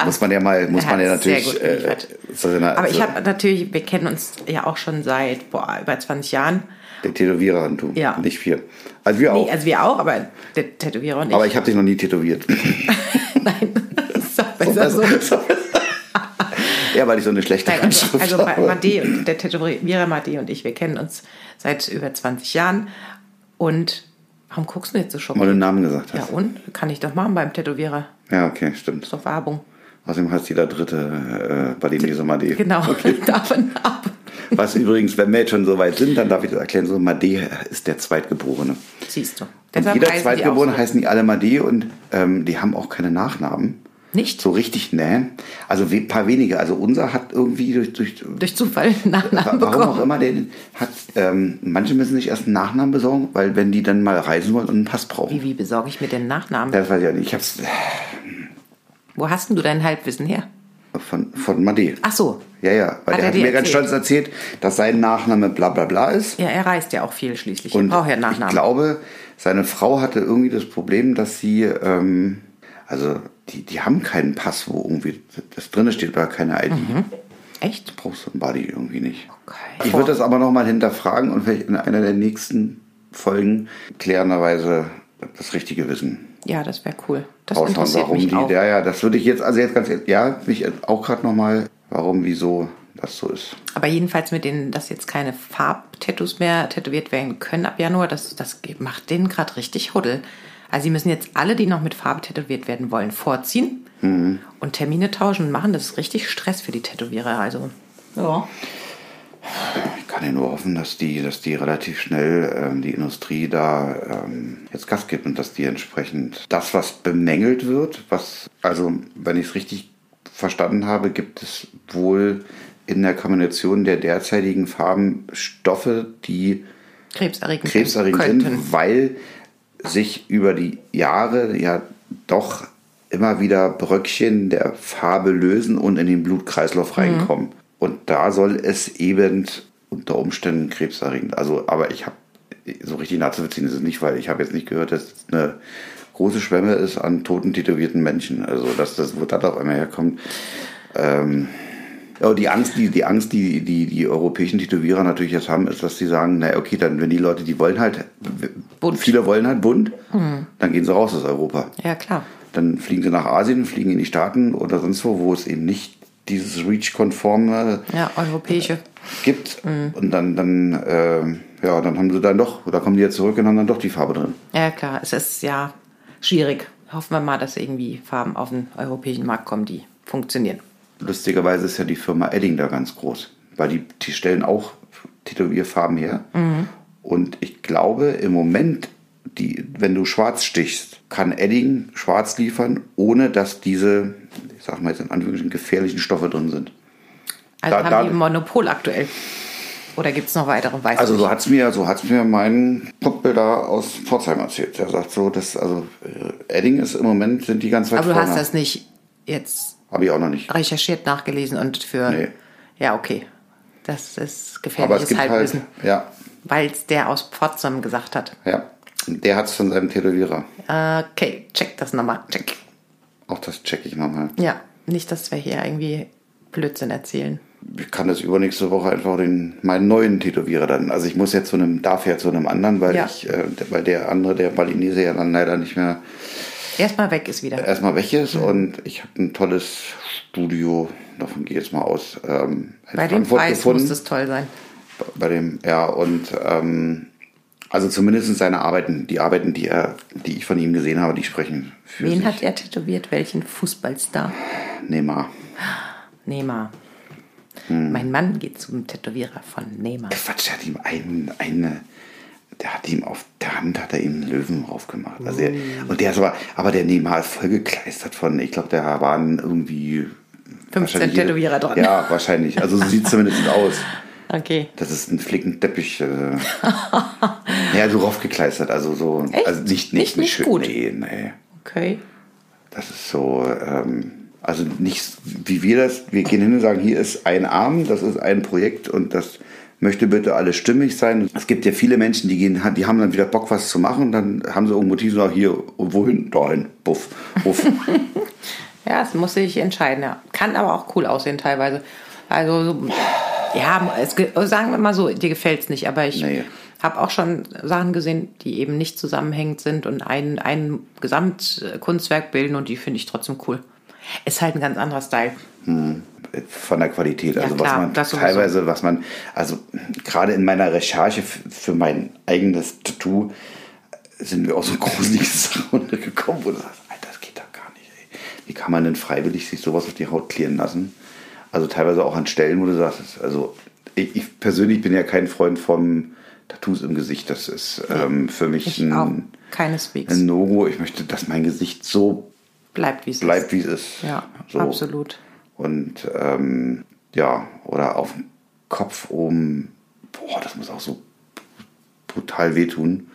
A: Muss man ja mal, muss
B: er
A: man ja
B: hat sehr
A: natürlich.
B: gut
A: äh,
B: geliefert.
A: ist das ja eine-
B: Aber ich
A: so-
B: habe natürlich, wir kennen uns ja auch schon seit boah, über 20 Jahren.
A: Der Tätowierer und du.
B: Ja.
A: Nicht wir. Also wir auch.
B: Nee, also wir auch, aber der Tätowierer und ich.
A: aber ich habe dich noch nie tätowiert.
B: Nein, das ist doch besser so.
A: ja, weil ich so eine schlechte
B: Nein, also,
A: Handschrift
B: also
A: habe.
B: Made und der Tätowierer Made und ich, wir kennen uns seit über 20 Jahren. Und warum guckst du jetzt so
A: Weil du
B: schockiert?
A: einen Namen gesagt
B: Ja
A: hast.
B: und? Kann ich doch machen beim Tätowierer.
A: Ja, okay, stimmt.
B: Ist doch Werbung.
A: Außerdem heißt jeder dritte äh, Balinese Made.
B: Genau, davon ab.
A: Was übrigens, wenn wir jetzt schon so weit sind, dann darf ich das erklären, so Made ist der Zweitgeborene.
B: Siehst du.
A: Und
B: Deshalb
A: jeder
B: heißen die auch
A: Zweitgeborene
B: so.
A: heißen die alle Made und ähm, die haben auch keine Nachnamen.
B: Nicht?
A: So richtig, ne? Also ein paar wenige. Also unser hat irgendwie durch, durch
B: Durch Zufall einen Nachnamen
A: warum
B: bekommen.
A: auch immer, den hat, ähm, manche müssen sich erst einen Nachnamen besorgen, weil wenn die dann mal reisen wollen und einen Pass brauchen.
B: Wie, wie besorge ich mir den Nachnamen?
A: äh, Das weiß ich auch nicht. Ich hab's,
B: Wo hast denn du dein Halbwissen her?
A: Von, von Made.
B: Ach so.
A: Ja, ja, weil der
B: Hat er
A: hat
B: dir
A: mir ganz
B: erzählt?
A: stolz erzählt, dass sein Nachname bla bla bla ist.
B: Ja, er reist ja auch viel schließlich.
A: Und
B: er braucht ja einen
A: ich
B: Nachnamen.
A: glaube, seine Frau hatte irgendwie das Problem, dass sie, ähm, also die, die haben keinen Pass, wo irgendwie das drin steht, weil keine ID.
B: Mhm. Echt?
A: Brauchst du ein Buddy irgendwie nicht.
B: Okay.
A: Ich würde das aber nochmal hinterfragen und vielleicht in einer der nächsten Folgen klärenderweise das richtige Wissen
B: Ja, das wäre cool. Das
A: raushauen,
B: interessiert
A: warum
B: mich
A: die.
B: auch.
A: Ja, ja, das würde ich jetzt, also jetzt ganz ehrlich, ja, mich auch gerade nochmal, warum, wieso das so ist.
B: Aber jedenfalls mit denen, dass jetzt keine Farbtattoos mehr tätowiert werden können ab Januar, das, das macht denen gerade richtig Huddel. Also sie müssen jetzt alle, die noch mit Farbe tätowiert werden wollen, vorziehen
A: Mhm.
B: und Termine tauschen und machen. Das ist richtig Stress für die Tätowierer. Also ja.
A: Ich kann ja nur hoffen, dass die, dass die relativ schnell ähm, die Industrie da ähm, jetzt Gas gibt und dass die entsprechend das, was bemängelt wird, was, also wenn ich es richtig verstanden habe, gibt es wohl in der Kombination der derzeitigen Farben Stoffe, die
B: krebserregend,
A: krebserregend
B: könnten.
A: sind, weil sich über die Jahre ja doch immer wieder Bröckchen der Farbe lösen und in den Blutkreislauf reinkommen. Und da soll es eben unter Umständen krebserregend. Also, aber ich habe so richtig nachzuvollziehen ist es nicht, weil ich habe jetzt nicht gehört, dass es eine große Schwemme ist an toten, tätowierten Menschen. Also, dass das, wo das auf einmal herkommt, ja, und die Angst, die, die Angst, die, die die europäischen Tätowierer natürlich jetzt haben, ist, dass sie sagen, na okay, dann wenn die Leute, die wollen halt,
B: Bunt.
A: viele wollen halt bunt, dann gehen sie raus aus Europa.
B: Ja, klar.
A: Dann fliegen sie nach Asien, fliegen in die Staaten oder sonst wo, wo es eben nicht dieses REACH-konforme
B: Ja, europäische.
A: gibt. Und dann, dann, ähm, ja, dann haben sie dann doch, oder kommen die jetzt zurück und haben dann doch die Farbe drin.
B: Ja, klar. Es ist ja schwierig. Hoffen wir mal, dass irgendwie Farben auf den europäischen Markt kommen, die funktionieren.
A: Lustigerweise ist ja die Firma Edding da ganz groß, weil die, die stellen auch Tätowierfarben her.
B: Mhm.
A: Und ich glaube, im Moment, die, wenn du schwarz stichst, kann Edding schwarz liefern, ohne dass diese, ich sag mal jetzt in Anführungsstrichen, gefährlichen Stoffe drin sind.
B: Also
A: Da-
B: haben
A: da-
B: die ein Monopol aktuell. Oder gibt es noch weitere? Weiß
A: Also
B: ich
A: so hat's mir, so hat's mir mein Kumpel da aus Pforzheim erzählt. Der sagt so, dass also äh, Edding ist im Moment sind die ganz weit
B: Aber du
A: vorne.
B: hast das nicht jetzt
A: Habe ich auch noch nicht.
B: recherchiert, nachgelesen und für.
A: Nee.
B: Ja, okay. Das ist
A: Aber es
B: gefährliches
A: gibt halt,
B: Halbwissen,
A: ja,
B: weil es der aus Potsdam gesagt hat.
A: ja. Und Der hat's von seinem Tätowierer.
B: Okay, check das nochmal. Check.
A: Auch das checke ich nochmal.
B: Ja, nicht, dass wir hier irgendwie Blödsinn erzählen.
A: Ich kann das übernächste Woche einfach den, meinen neuen Tätowierer dann. Also ich muss ja zu einem, darf ja zu einem anderen, weil
B: Ja.
A: ich, äh, weil der andere, der Balinese ja dann leider nicht mehr
B: Erstmal weg ist wieder.
A: erstmal weg
B: Mhm.
A: ist. Und ich habe ein tolles Studio, davon gehe ich jetzt mal aus, ähm, in
B: Bei dem Preis muss das toll sein.
A: Bei dem, ja, und ähm, also zumindest seine Arbeiten, die Arbeiten, die er, die ich von ihm gesehen habe, die sprechen für
B: Wen
A: sich.
B: hat er tätowiert? Welchen Fußballstar?
A: Neymar.
B: Neymar.
A: Hm.
B: Mein Mann geht zum Tätowierer von Neymar.
A: Quatsch, der hat ihm einen, eine, der hat ihm auf der Hand hat er ihm einen Löwen draufgemacht. Also er, und der ist aber, aber der Neymar ist vollgekleistert von, ich glaube, da waren irgendwie
B: 15
A: wahrscheinlich jede-
B: Tätowierer dran.
A: Ja, wahrscheinlich. Also so sieht zumindest aus.
B: Okay.
A: Das ist ein Flickenteppich. Äh, ja, so raufgekleistert. Also so,
B: Echt?
A: also nicht, nicht,
B: Nicht- nicht gut.
A: Nee, nee.
B: Okay.
A: Das ist so, ähm, also nicht wie wir das, wir gehen hin und sagen, hier ist ein Arm, das ist ein Projekt und das möchte bitte alles stimmig sein. Es gibt ja viele Menschen, die gehen, die haben dann wieder Bock, was zu machen, dann haben sie irgendein Motiv und sagen, hier, wohin? Dahin, buff, buff.
B: Ja, es muss sich entscheiden. Ja. Kann aber auch cool aussehen teilweise. Also so, ja, es, ge- sagen wir mal so, dir gefällt es nicht, aber ich
A: Nee.
B: habe auch schon Sachen gesehen, die eben nicht zusammenhängend sind und ein, ein Gesamtkunstwerk bilden und die finde ich trotzdem cool. Ist halt ein ganz anderer Style.
A: von der Qualität. Also
B: klar, das
A: was man
B: sowieso.
A: teilweise, was man, also gerade in meiner Recherche f- für mein eigenes Tattoo sind wir auch so gruselige Sachen runtergekommen, wo du sagst, Alter, das geht doch gar nicht. Ey. Wie kann man denn freiwillig sich sowas auf die Haut klären lassen? Also teilweise auch an Stellen, wo du sagst, das- also ich, ich persönlich bin ja kein Freund von Tattoos im Gesicht. Das ist ähm, für mich
B: Ich auch
A: ein,
B: keineswegs.
A: ein No-Go. Ich möchte, dass mein Gesicht so
B: Bleibt wie es
A: bleibt, wie es ist.
B: ist. Ja,
A: so.
B: absolut.
A: Und ähm, ja, oder auf dem Kopf oben, boah, das muss auch so brutal wehtun.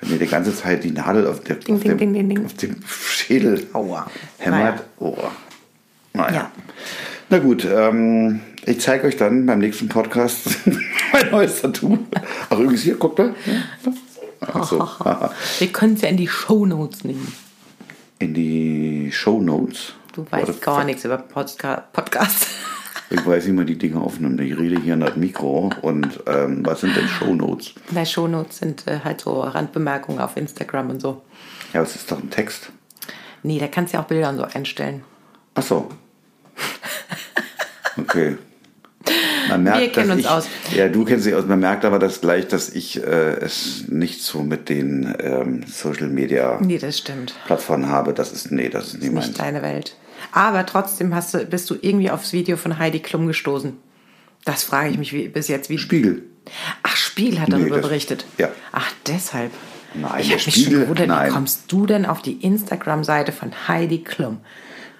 A: Wenn dir die ganze Zeit die Nadel auf, der,
B: Ding,
A: auf,
B: ding,
A: dem,
B: ding, ding, ding.
A: auf dem Schädel
B: Aua.
A: hämmert. Naja. Oh. Naja.
B: Ja.
A: Na gut, ähm, ich zeige euch dann beim nächsten Podcast mein neues Tattoo. Ach, übrigens hier, guckt da. Ach so.
B: Wir können es ja in die Shownotes nehmen.
A: In die Show Notes.
B: Du weißt
A: Warte,
B: gar nichts über Podca Podcast.
A: Ich weiß nicht mal, die Dinge aufnimmt. Ich rede hier an das Mikro und ähm, was sind denn Show Notes?
B: Na, Shownotes sind äh, halt so Randbemerkungen auf Instagram und so.
A: Ja, es ist doch ein Text.
B: Nee, da kannst du ja auch Bilder und so einstellen.
A: Ach so. Okay. Man merkt,
B: Wir kennen
A: dass
B: uns
A: ich,
B: aus.
A: Ja, du kennst dich aus. Man merkt aber das gleich, dass ich äh, es nicht so mit den ähm, Social Media
B: Nee, das stimmt.
A: Plattformen habe. Das ist, nee, das ist nicht meins.
B: Nicht deine Welt. Aber trotzdem hast du, bist du irgendwie aufs Video von Heidi Klum gestoßen. Das frage ich mich wie, bis jetzt. Wie
A: Spiegel.
B: Ach, Spiegel hat darüber
A: das-
B: berichtet.
A: ja.
B: Ach, deshalb.
A: Nein,
B: ich
A: der
B: habe mich schon
A: Spiegel-
B: gewundert, wie
A: nein.
B: kommst du denn auf die Instagram-Seite von Heidi Klum?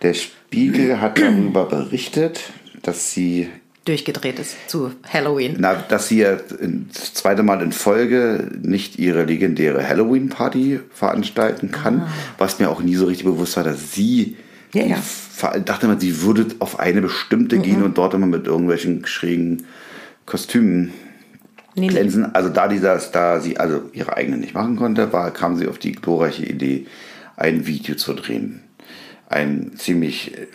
A: Der Spiegel hat darüber berichtet, dass sie
B: Durchgedreht ist zu Halloween.
A: Na, dass sie ja in- das zweite Mal in Folge nicht ihre legendäre Halloween-Party veranstalten kann, was mir auch nie so richtig bewusst war, dass sie
B: Ah. Ja, ja. Mhm.
A: ver- dachte man, sie würde auf eine bestimmte gehen und dort immer mit irgendwelchen schrägen Kostümen
B: Nee, nee.
A: glänzen. Also da die das, da sie also ihre eigene nicht machen konnte, war, kam sie auf die glorreiche Idee, ein Video zu drehen. Ein ziemlich äh,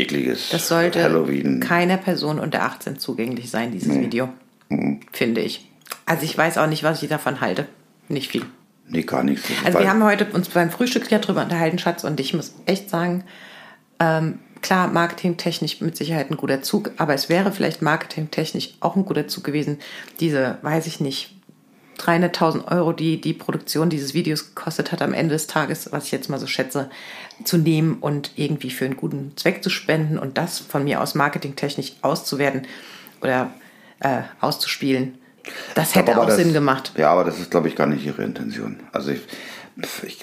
A: ekliges
B: Das sollte
A: Halloween.
B: keiner Person unter 18 zugänglich sein, dieses Video. Finde ich. Also ich weiß auch nicht, was ich davon halte. Nicht viel.
A: Nee, gar nichts.
B: Also
A: Weil-
B: wir haben heute uns beim Frühstück ja drüber unterhalten, Schatz, und ich muss echt sagen, ähm, klar, marketingtechnisch mit Sicherheit ein guter Zug, aber es wäre vielleicht marketingtechnisch auch ein guter Zug gewesen, diese, weiß ich nicht, 300.000 Euro, die die Produktion dieses Videos gekostet hat am Ende des Tages, was ich jetzt mal so schätze, zu nehmen und irgendwie für einen guten Zweck zu spenden und das von mir aus marketingtechnisch auszuwerten oder äh, auszuspielen. Das
A: Ich glaub
B: hätte
A: aber,
B: auch
A: das-
B: Sinn gemacht.
A: Ja, aber das ist, glaube ich, gar nicht ihre Intention. Also ich, pf, ich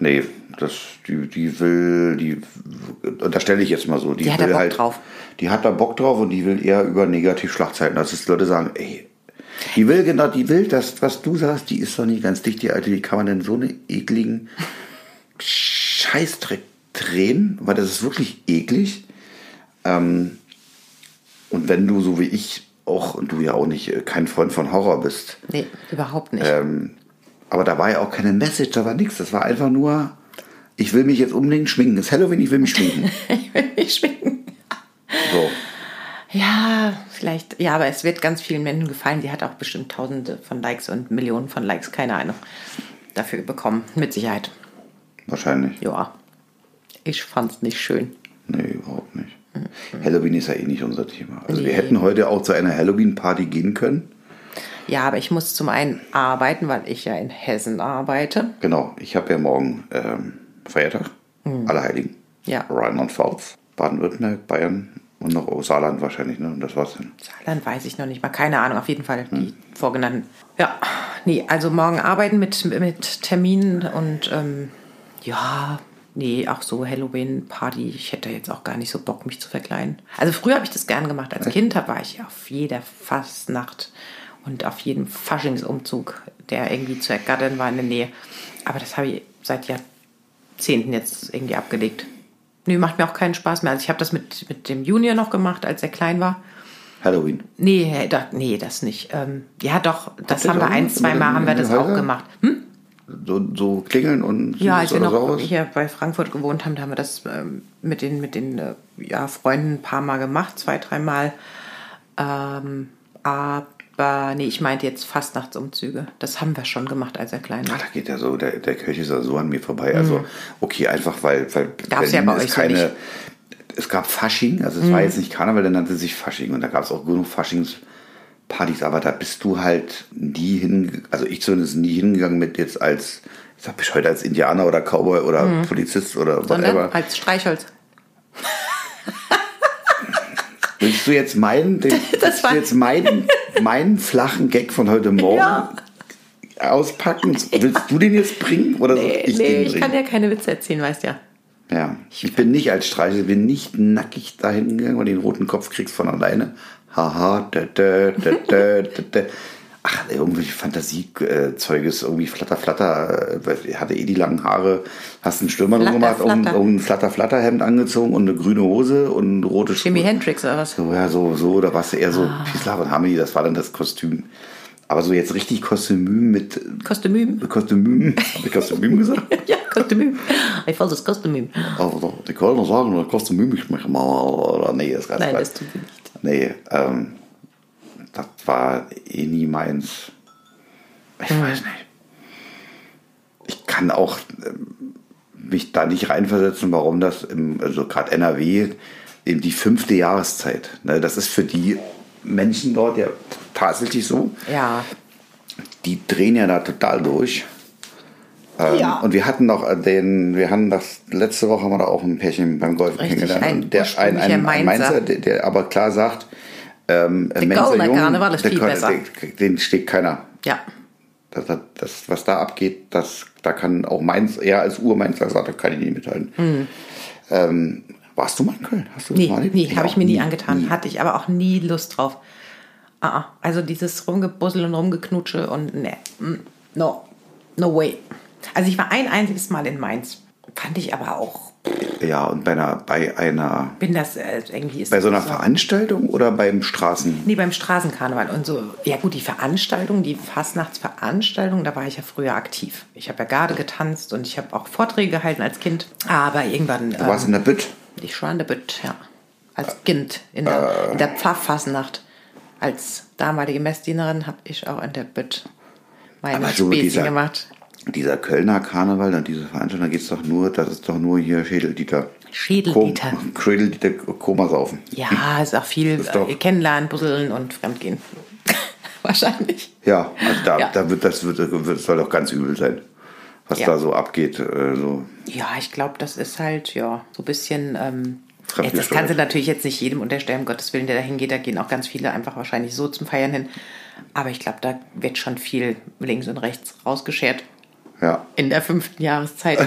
A: nee, das, die, die will, die, da stelle ich jetzt mal so, die,
B: Die hat da
A: will
B: Bock
A: halt,
B: drauf.
A: die hat da Bock drauf und die will eher über Negativschlagzeiten, dass es Leute sagen, ey, die will genau, die will das, was du sagst, die ist doch nicht ganz dicht, die Alte, wie kann man denn so eine ekligen Scheißdreck drehen? Weil das ist wirklich eklig. Ähm, Und wenn du so wie ich auch, und du ja auch nicht, äh, kein Freund von Horror bist,
B: Nee, überhaupt nicht.
A: Ähm, aber da war ja auch keine Message, da war nichts, das war einfach nur, ich will mich jetzt unbedingt schminken. Es ist Halloween, ich will mich schminken.
B: ich will nicht schminken.
A: So.
B: Ja, vielleicht. Ja, aber es wird ganz vielen Menschen gefallen. Die hat auch bestimmt Tausende von Likes und Millionen von Likes, keine Ahnung, dafür bekommen. Mit Sicherheit.
A: Wahrscheinlich.
B: Ja. Ich fand's nicht schön.
A: Nee, überhaupt nicht. Halloween ist ja eh nicht unser Thema. Also
B: Nee.
A: wir hätten heute auch zu einer Halloween-Party gehen können.
B: Ja, aber ich muss zum einen arbeiten, weil ich ja in Hessen arbeite.
A: Genau, ich habe ja morgen ähm, Feiertag, Allerheiligen.
B: Hm. Ja.
A: Rheinland-Pfalz, Baden-Württemberg, Bayern und noch Saarland wahrscheinlich, ne? Und das war's dann.
B: Saarland weiß ich noch nicht mal. Keine Ahnung, auf jeden Fall die vorgenannten. Ja, nee, also morgen arbeiten mit, mit Terminen und ähm, ja, nee, auch so Halloween-Party. Ich hätte jetzt auch gar nicht so Bock, mich zu verkleiden. Also früher habe ich das gern gemacht. Als Kind da war ich auf jeder Fastnacht und auf jedem Faschingsumzug, der irgendwie zu ergattern war in der Nähe. Aber das habe ich seit Jahrzehnten jetzt irgendwie abgelegt. Nee, macht mir auch keinen Spaß mehr. Also ich habe das mit, mit dem Junior noch gemacht, als er klein war.
A: Halloween.
B: Nee, da, nee, das nicht. Ähm, ja, doch, das
A: ihr
B: haben
A: da
B: wir ein,
A: irgendwas mit
B: zweimal
A: dem
B: haben wir das auch
A: Geheuer?
B: gemacht. Hm?
A: So, so klingeln und
B: Ja, als
A: Süßes
B: wir
A: oder
B: noch
A: Saures?
B: hier bei Frankfurt gewohnt haben, da haben wir das ähm, mit den, mit den äh, ja, Freunden ein paar Mal gemacht, zwei, dreimal. Ähm, aber nee, ich meinte jetzt Fastnachtsumzüge. Das haben wir schon gemacht, als er klein war.
A: Ah, Da geht ja so, der, der Kirche ist ja so an mir vorbei. Also, okay, einfach weil, weil
B: Darf's Mhm. ja bei euch so nicht. Mhm.
A: Es gab Fasching, also es war jetzt nicht Karneval, der nannte sich Fasching. Und da gab es auch genug Faschingspartys, aber da bist du halt nie hingegangen, also ich zumindest nie hingegangen mit jetzt als, ich sag bescheuert, als Indianer oder Cowboy oder Polizist oder
B: Mhm. Sondern
A: whatever.
B: als Streichholz.
A: Willst du jetzt meinen, den, willst
B: war-
A: du jetzt meinen, meinen flachen Gag von heute Morgen
B: Ja.
A: auspacken? Willst du den jetzt bringen oder soll
B: Nee,
A: ich
B: ich,
A: den
B: nee,
A: bringen?
B: ich kann ja keine Witze erzählen, weißt ja.
A: Ja, ich bin nicht als Streichel, bin nicht nackig dahin gegangen, weil du den roten Kopf kriegst von alleine. Haha, dä, dä, dä, dä, dä, dä. ach, irgendwelche Fantasiezeuges, äh, irgendwie flatter, flatter, äh, hatte eh die langen Haare, hast einen Stürmer drum
B: Flatter,
A: gemacht, irgendein
B: flatter.
A: irgendein flatter, flatter Hemd angezogen und eine grüne Hose und rote Schuhe.
B: Jimi Hendrix oder was? Ah.
A: So, ja, so, so, da warst du eher so Peace, Love and Harmony, das war dann das Kostüm. Aber so jetzt richtig Kostüm mit
B: Kostümüm.
A: Kostüm, hab ich Kostüm gesagt?
B: Ja, Kostümüm. Ich wollte das Kostümüm.
A: Also, die Kölner sagen, das Kostüm ich mich mal, oder Ah, nee, das ist ganz
B: Nein,
A: falsch.
B: das tut mir nicht.
A: Nee, ähm, das war eh nie meins. Ich weiß nicht. Ich kann auch ähm, mich da nicht reinversetzen, warum das, im, also gerade NRW, eben die fünfte Jahreszeit. Ne, das ist für die Menschen dort ja tatsächlich so.
B: Ja,
A: Die drehen ja da total durch. Ähm,
B: Ja.
A: Und wir hatten noch den, wir hatten das letzte Woche haben wir da auch ein Pärchen beim Golf
B: Richtig, ein
A: kennengelernt. Und Der, ein,
B: ursprünglicher
A: ein, ein
B: Mainzer.
A: Mainzer, der, der aber klar sagt, ähm, der
B: Kölner Karneval ist viel besser.
A: Den, den steht keiner.
B: ja.
A: Das, das, das, was da abgeht, das, da kann auch Mainz, er als Urmainzer sagt, da kann ich nicht mithalten. Ähm, warst du mal in Köln? Hast du das
B: Mhm. Nee,
A: mal erlebt?
B: nee habe
A: auch
B: ich mir nie angetan. Hatte ich aber auch nie Lust drauf. Ah, ah. also dieses Rumgebussel und Rumgeknutsche und ne, mm, no, no way. Also ich war ein einziges Mal in Mainz. Fand ich aber auch,
A: Ja, und bei einer, bei einer,
B: bin das äh, irgendwie... Ist
A: bei so einer
B: das
A: Veranstaltung oder beim Straßen?
B: Nee, beim Straßenkarneval und so. Ja gut, die Veranstaltung, die Fastnachtsveranstaltung, da war ich ja früher aktiv. Ich habe ja Garde getanzt und ich habe auch Vorträge gehalten als Kind. Aber irgendwann...
A: Du warst in der Bütt.
B: Ich war in der Bütt, ja. Als Kind in der,
A: Äh.
B: in der Pfarrfassnacht. Als damalige Messdienerin habe ich auch in der Bütt meine
A: Aber so mit
B: Späßchen
A: dieser-
B: gemacht.
A: Dieser Kölner Karneval und diese Veranstaltung, da geht's doch nur, das ist doch nur hier Schädeldieter.
B: Schädeldieter.
A: Kom- Schädeldieter Koma saufen.
B: Ja, ist auch viel
A: Ist doch-
B: äh, kennenlernen, buzzeln und fremdgehen. Wahrscheinlich.
A: Ja, also da,
B: Ja.
A: da wird das wird, wird, soll doch ganz übel sein, was
B: Ja.
A: da so abgeht. Äh, so.
B: Ja, ich glaube, das ist halt, ja, so ein bisschen. Ähm, jetzt, das
A: Fremdgesteuert.
B: kannst du natürlich jetzt nicht jedem unterstellen, um Gottes Willen, der da hingeht. Da gehen auch ganz viele einfach wahrscheinlich so zum Feiern hin. Aber ich glaube, da wird schon viel links und rechts rausgeschert
A: Ja.
B: in der fünften Jahreszeit.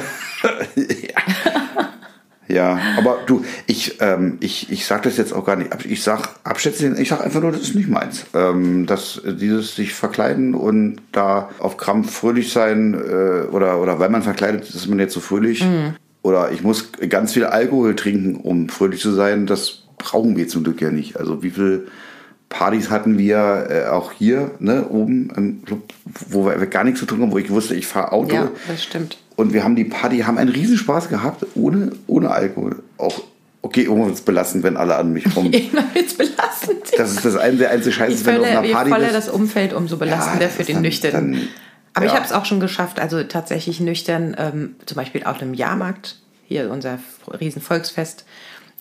A: ja, aber du, ich, ähm, ich, ich sag das jetzt auch gar nicht. ab- Ich sag abschätzen, ich sag einfach nur, das ist nicht meins. Ähm, dass äh, dieses sich verkleiden und da auf Krampf fröhlich sein äh, oder, oder weil man verkleidet ist, ist man jetzt so fröhlich.
B: Mhm.
A: Oder ich muss ganz viel Alkohol trinken, um fröhlich zu sein. Das brauchen wir zum Glück ja nicht. Also wie viel Partys hatten wir äh, auch hier, ne, oben im Club, wo wir gar nichts zu tun haben, wo ich wusste, ich fahre Auto.
B: ja, das stimmt.
A: Und wir haben die Party, haben einen Riesenspaß gehabt, ohne, ohne Alkohol. Auch, okay, irgendwann wird es belastend, wenn alle an mich kommen.
B: Immer jetzt belastend.
A: Das ist das ein, der einzige Scheiß,
B: Je
A: wenn du auf
B: voller,
A: einer
B: je
A: Party
B: voller
A: bist.
B: das Umfeld, umso belastender
A: das
B: für
A: ist
B: den
A: dann-
B: Nüchternen.
A: dann-
B: Aber ich
A: ja.
B: habe es auch schon geschafft, also tatsächlich nüchtern, ähm, zum Beispiel auf einem Jahrmarkt, hier unser Riesenvolksfest,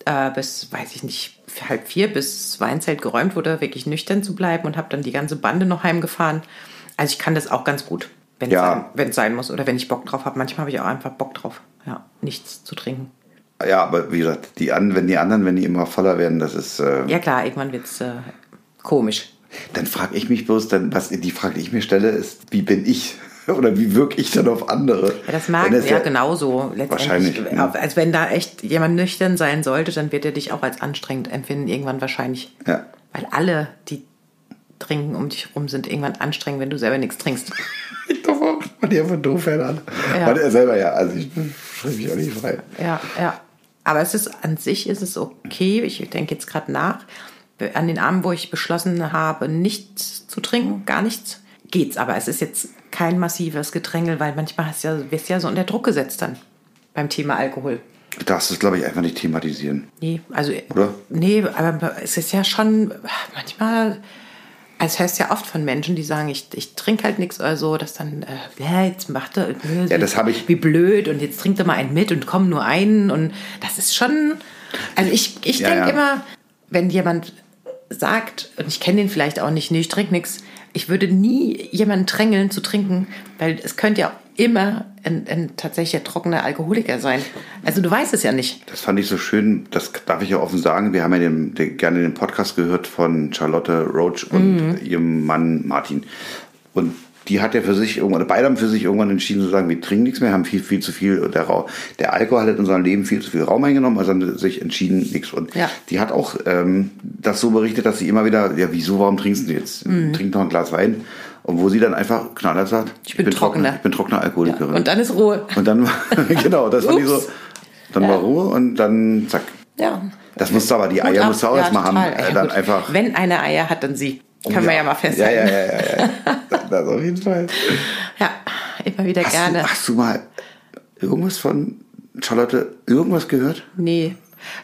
B: äh, bis, weiß ich nicht, halb vier, bis Weinzelt geräumt wurde, wirklich nüchtern zu bleiben und habe dann die ganze Bande noch heimgefahren. Also ich kann das auch ganz gut, wenn es
A: Ja.
B: sein, wenn's sein muss oder wenn ich Bock drauf habe. Manchmal habe ich auch einfach Bock drauf, ja, nichts zu trinken.
A: Ja, aber wie gesagt, die an, wenn die anderen, wenn die immer voller werden, das ist. Äh,
B: Ja klar, irgendwann wird es äh, komisch.
A: Dann frage ich mich bloß, dann, was die Frage, die ich mir stelle, ist, wie bin ich? Oder wie wirke ich dann auf andere?
B: Ja, das mag
A: Wenn
B: ja genau. genauso letztendlich.
A: Wahrscheinlich, ja.
B: Als wenn da echt jemand nüchtern sein sollte, dann wird er dich auch als anstrengend empfinden, irgendwann wahrscheinlich.
A: Ja.
B: Weil alle, die trinken um dich rum, sind irgendwann anstrengend, wenn du selber nichts trinkst.
A: Doch, man, die einfach doof werden.
B: Ja.
A: Ja. Man, er selber ja, also ich schreibe mich auch nicht frei.
B: Ja, ja. Aber es ist an sich ist es okay. Ich denke jetzt gerade nach. An den Abend, wo ich beschlossen habe, nichts zu trinken, gar nichts, geht's. Aber es ist jetzt kein massives Gedrängel, weil manchmal hast du ja, wirst du ja so unter Druck gesetzt dann beim Thema Alkohol.
A: Du darfst es, glaube ich, einfach nicht thematisieren.
B: Nee, also.
A: Oder?
B: Nee, aber es ist ja schon manchmal. Also hörst ja oft von Menschen, die sagen, ich, ich trinke halt nichts oder so, dass dann, äh, ja, jetzt macht er, äh,
A: Ja, das hab ich-
B: wie blöd und jetzt trinkt er mal einen mit und komm nur einen und das ist schon, also ich, ich
A: Ja,
B: denke
A: ja.
B: immer, wenn jemand sagt, und ich kenne den vielleicht auch nicht, nee, ich trinke nichts, ich würde nie jemanden drängeln zu trinken, weil es könnte ja immer ein, ein tatsächlicher trockener Alkoholiker sein. Also du weißt es ja nicht.
A: Das fand ich so schön, das darf ich ja offen sagen. Wir haben ja den, den, gerne
B: Mhm.
A: den Podcast gehört von Charlotte Roach und ihrem Mann Martin. Und die hat ja für sich irgendwann, beide haben für sich irgendwann entschieden zu sagen, wir trinken nichts mehr, haben viel, viel zu viel, der, Ra der Alkohol hat in unserem Leben viel zu viel Raum eingenommen, also haben sie sich entschieden, nichts. Und
B: Ja.
A: die hat auch ähm, das so berichtet, dass sie immer wieder, ja, wieso, warum trinkst du jetzt?
B: Mhm.
A: Trink doch ein Glas Wein. Und wo sie dann einfach knallhart sagt, ich,
B: bin trockener.
A: Ich bin trockener Alkoholikerin.
B: Und dann ist Ruhe.
A: Und dann, genau, das war die so,
B: Ups.
A: dann war Ruhe und dann zack.
B: Ja.
A: Das musste aber die
B: Gut
A: Eier
B: ab.
A: musste auch
B: Ja,
A: erstmal haben.
B: total. Ja,
A: Äh, dann
B: gut.
A: einfach.
B: Wenn eine Eier hat, dann sie. Kann man ja mal
A: Ja,
B: festhalten.
A: ja, ja, ja, ja. Das auf jeden Fall.
B: Ja, immer wieder
A: Hast
B: gerne.
A: du, hast du mal irgendwas von Charlotte irgendwas gehört?
B: Nee.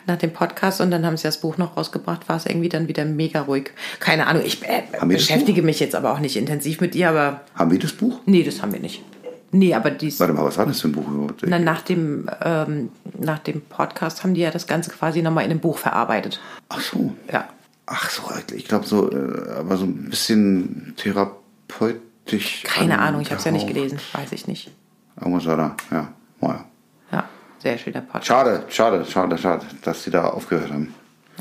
B: Nach dem Podcast und dann haben sie das Buch noch rausgebracht, war es irgendwie dann wieder mega ruhig. Keine Ahnung, ich äh,
A: Haben wir das
B: beschäftige mich jetzt aber auch nicht intensiv mit ihr, aber
A: Haben wir das Buch?
B: nee, das haben wir nicht. Nee, aber dies.
A: Warte mal, was war das für ein Buch überhaupt?
B: Na, nach, dem, ähm, nach dem Podcast haben die ja das Ganze quasi nochmal in einem Buch verarbeitet.
A: Ach so.
B: Ja.
A: Ach so, ich glaube so, äh, aber so ein bisschen therapeutisch.
B: Keine Ahnung, ich habe es ja nicht
A: angehaucht.
B: gelesen, weiß ich nicht.
A: Irgendwas war da, ja. Naja.
B: Ja, sehr schöner Podcast.
A: Schade, schade, schade, schade, dass sie da aufgehört haben.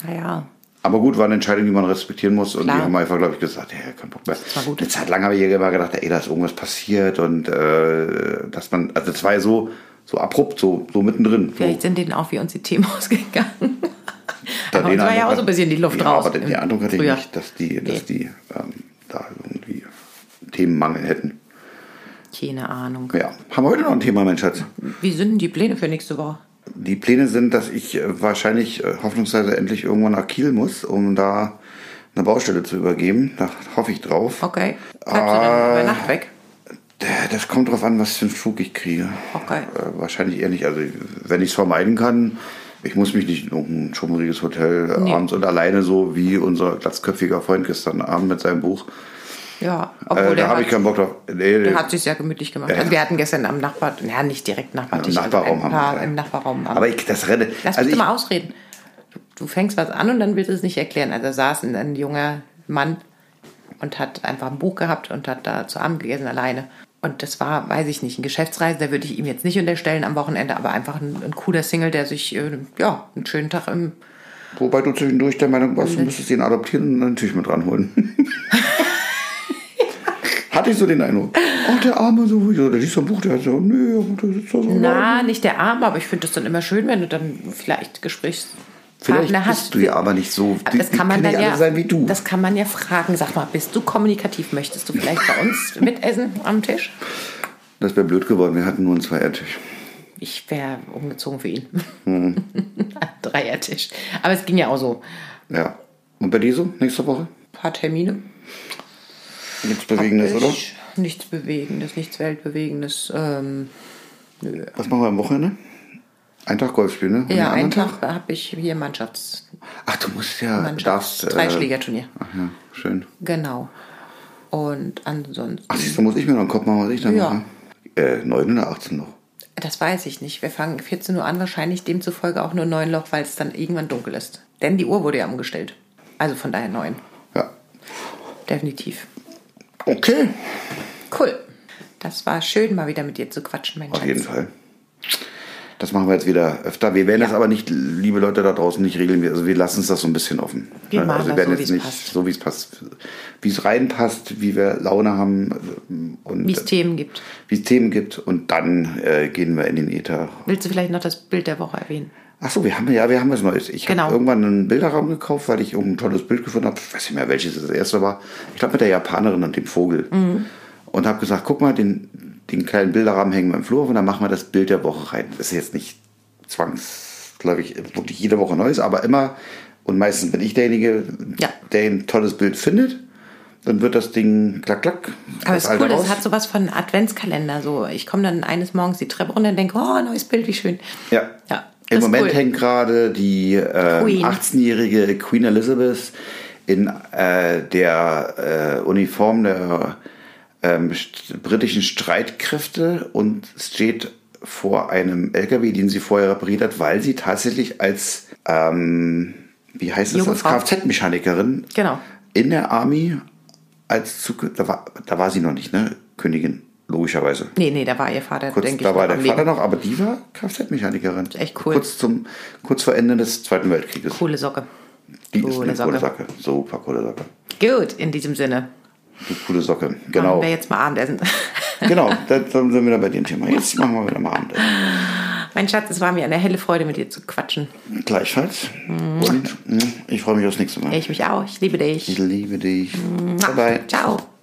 B: Naja,
A: Aber gut, war eine Entscheidung, die man respektieren muss. Und
B: Klar.
A: die haben einfach, glaube ich, gesagt, ja, kein Bock mehr.
B: war gut.
A: Eine Zeit lang habe ich immer gedacht, ey, da ist irgendwas passiert und äh, dass man, also das war ja so, so abrupt, so, so mittendrin. So,
B: vielleicht sind denen auch wie uns die Themen ausgegangen.
A: da
B: aber
A: den
B: uns war ja
A: Eindruck
B: auch so ein
A: hat-
B: bisschen die Luft
A: ja,
B: raus.
A: Aber den, den
B: im
A: Eindruck hatte ich
B: Frühjahr.
A: nicht, dass die, dass
B: Nee.
A: die ähm, da irgendwie Themenmangel hätten.
B: Keine Ahnung.
A: Ja, haben wir heute noch ein Thema, mein Schatz.
B: Wie sind denn die Pläne für nächste Woche?
A: Die Pläne sind, dass ich äh, wahrscheinlich äh, hoffnungsweise endlich irgendwann nach Kiel muss, um da eine Baustelle zu übergeben. Da hoffe ich drauf.
B: Okay. Bleibst du
A: Ah.
B: dann über Nacht weg?
A: Äh, Das kommt drauf an, was für einen Flug ich kriege.
B: Okay.
A: Äh, wahrscheinlich eher nicht. Also, wenn ich es vermeiden kann, ich muss mich nicht in irgendein schummriges Hotel äh,
B: Nee.
A: abends und alleine so wie unser glatzköpfiger Freund gestern Abend mit seinem Buch.
B: Ja,
A: Äh,
B: obwohl
A: da
B: der,
A: habe ich
B: hat,
A: keinen Bock drauf. Nee, nee.
B: der hat sich sehr gemütlich gemacht.
A: Ja, ja.
B: Also wir hatten gestern am Nachbar, ja nicht direkt Nachbartisch,
A: Im Nachbarraum
B: also ein
A: haben wir,
B: paar
A: ja.
B: im Nachbarraum. am-
A: Aber ich, das renne.
B: Lass
A: also
B: bitte
A: ich,
B: mal ausreden. Du, du fängst was an und dann willst du es nicht erklären. Also da saß ein, ein junger Mann und hat einfach ein Buch gehabt und hat da zu Abend gegessen alleine. Und das war, weiß ich nicht, ein Geschäftsreisender würde ich ihm jetzt nicht unterstellen am Wochenende, aber einfach ein, ein cooler Single, der sich äh, ja einen schönen Tag im
A: wobei du zwischendurch der Meinung warst,
B: Hm.
A: du müsstest ihn adoptieren und dann natürlich mit ranholen. Hatte ich so den Eindruck. Oh, der Arme, so, so, der liest so ein Buch, der hat so, nee, der sitzt da so.
B: Na, nicht der Arm, aber ich finde das dann immer schön, wenn du dann vielleicht
A: Vielleicht
B: Gesprächspartner
A: bist
B: hast.
A: du ja aber nicht so.
B: Aber das
A: die- die
B: kann man
A: können
B: dann
A: alle
B: ja,
A: sein wie du.
B: das kann man ja fragen. Sag mal, bist du kommunikativ? Möchtest du vielleicht bei uns mitessen am Tisch?
A: Das wäre blöd geworden, wir hatten nur einen Zweiertisch.
B: Ich wäre umgezogen für ihn.
A: Hm.
B: Ein Dreiertisch. Aber es ging ja auch so.
A: Ja. Und bei dir so, nächste Woche?
B: Ein paar Termine.
A: Nichts Bewegendes, oder?
B: Ich- Nichts Bewegendes, nichts Weltbewegendes. Ähm,
A: Was machen wir am Wochenende? Ein Tag Golf spielen, ne? Und den
B: ja, einen
A: anderen
B: Tag habe ich hier Mannschafts.
A: Ach, du musst ja,
B: Mannschafts
A: darfst. äh,
B: Dreischlägerturnier.
A: Ach ja, schön.
B: Genau. Und ansonsten.
A: Ach, siehst du, muss ich mir noch einen Kopf machen, was ich dann
B: Ja.
A: mache. Äh, 9 oder 18 noch.
B: Das weiß ich nicht. Wir fangen 14 Uhr an, wahrscheinlich demzufolge auch nur 9 Loch, weil es dann irgendwann dunkel ist. Denn die Uhr wurde ja umgestellt. Also von daher 9.
A: Ja.
B: Definitiv.
A: Okay.
B: Cool. Das war schön, mal wieder mit dir zu quatschen, mein
A: Auf
B: Schatz.
A: jeden Fall. Das machen wir jetzt wieder öfter. Wir werden das aber nicht, liebe Leute da draußen, nicht regeln. Wir- Also wir lassen uns das so ein bisschen offen.
B: Wir machen
A: also
B: das so, wie's
A: nicht
B: passt.
A: so, wie es passt. Wie es reinpasst, wie wir Laune haben ähm, und
B: Wie es Themen gibt.
A: wie es Themen gibt. Und dann äh, gehen wir in den Äther.
B: Willst du vielleicht noch das Bild der Woche erwähnen?
A: Achso, wir haben ja, wir haben was Neues. Ich
B: Genau.
A: habe irgendwann einen Bilderrahmen gekauft, weil ich irgendein tolles Bild gefunden habe. Ich weiß nicht mehr, welches das erste war. Ich glaube mit der Japanerin und dem Vogel.
B: Mhm.
A: Und habe gesagt, guck mal, den, den kleinen Bilderrahmen hängen wir im Flur auf und dann machen wir das Bild der Woche rein. Das ist jetzt nicht zwangsläufig wirklich jede Woche Neues, aber immer und meistens bin ich derjenige,
B: Ja.
A: der ein tolles Bild findet. Dann wird das Ding klack, klack.
B: Aber es ist
A: alte
B: cool,
A: raus.
B: das hat sowas von Adventskalender. So, ich komme dann eines Morgens die Treppe runter und denke, oh, neues Bild, wie schön.
A: Ja.
B: Ja,
A: Im
B: das ist
A: Moment
B: cool.
A: hängt gerade die ähm,
B: Queen.
A: 18-jährige Queen Elizabeth in äh, der äh, Uniform der ähm, st- britischen Streitkräfte und steht vor einem LKW, den sie vorher repariert hat, weil sie tatsächlich als, ähm, wie heißt es, als
B: Jungfrau.
A: Kfz-Mechanikerin
B: Genau.
A: in der Army als Zug, da war, da war sie noch nicht, ne? Königin, logischerweise
B: Nee, nee, da war ihr Vater,
A: kurz,
B: denke ich.
A: da war
B: noch
A: der
B: am
A: Vater
B: Leben.
A: noch, aber die war Kfz-Mechanikerin.
B: echt cool.
A: Kurz, zum, kurz vor Ende des Zweiten Weltkrieges.
B: Coole Socke.
A: Die ist
B: coole
A: eine
B: Socke.
A: coole Sacke. Super coole Sacke.
B: Gut, in diesem Sinne.
A: eine coole Socke. Genau.
B: Machen wir jetzt mal Abendessen.
A: Genau, da- dann sind wir wieder bei dem Thema. Jetzt machen wir wieder mal Abendessen.
B: mein Schatz, es war mir eine helle Freude, mit dir zu quatschen.
A: Gleichfalls.
B: Mhm.
A: Und mm, ich freue mich aufs nächste Mal.
B: Ich mich auch. Ich liebe dich.
A: Ich liebe dich. Bye bye.
B: Ciao.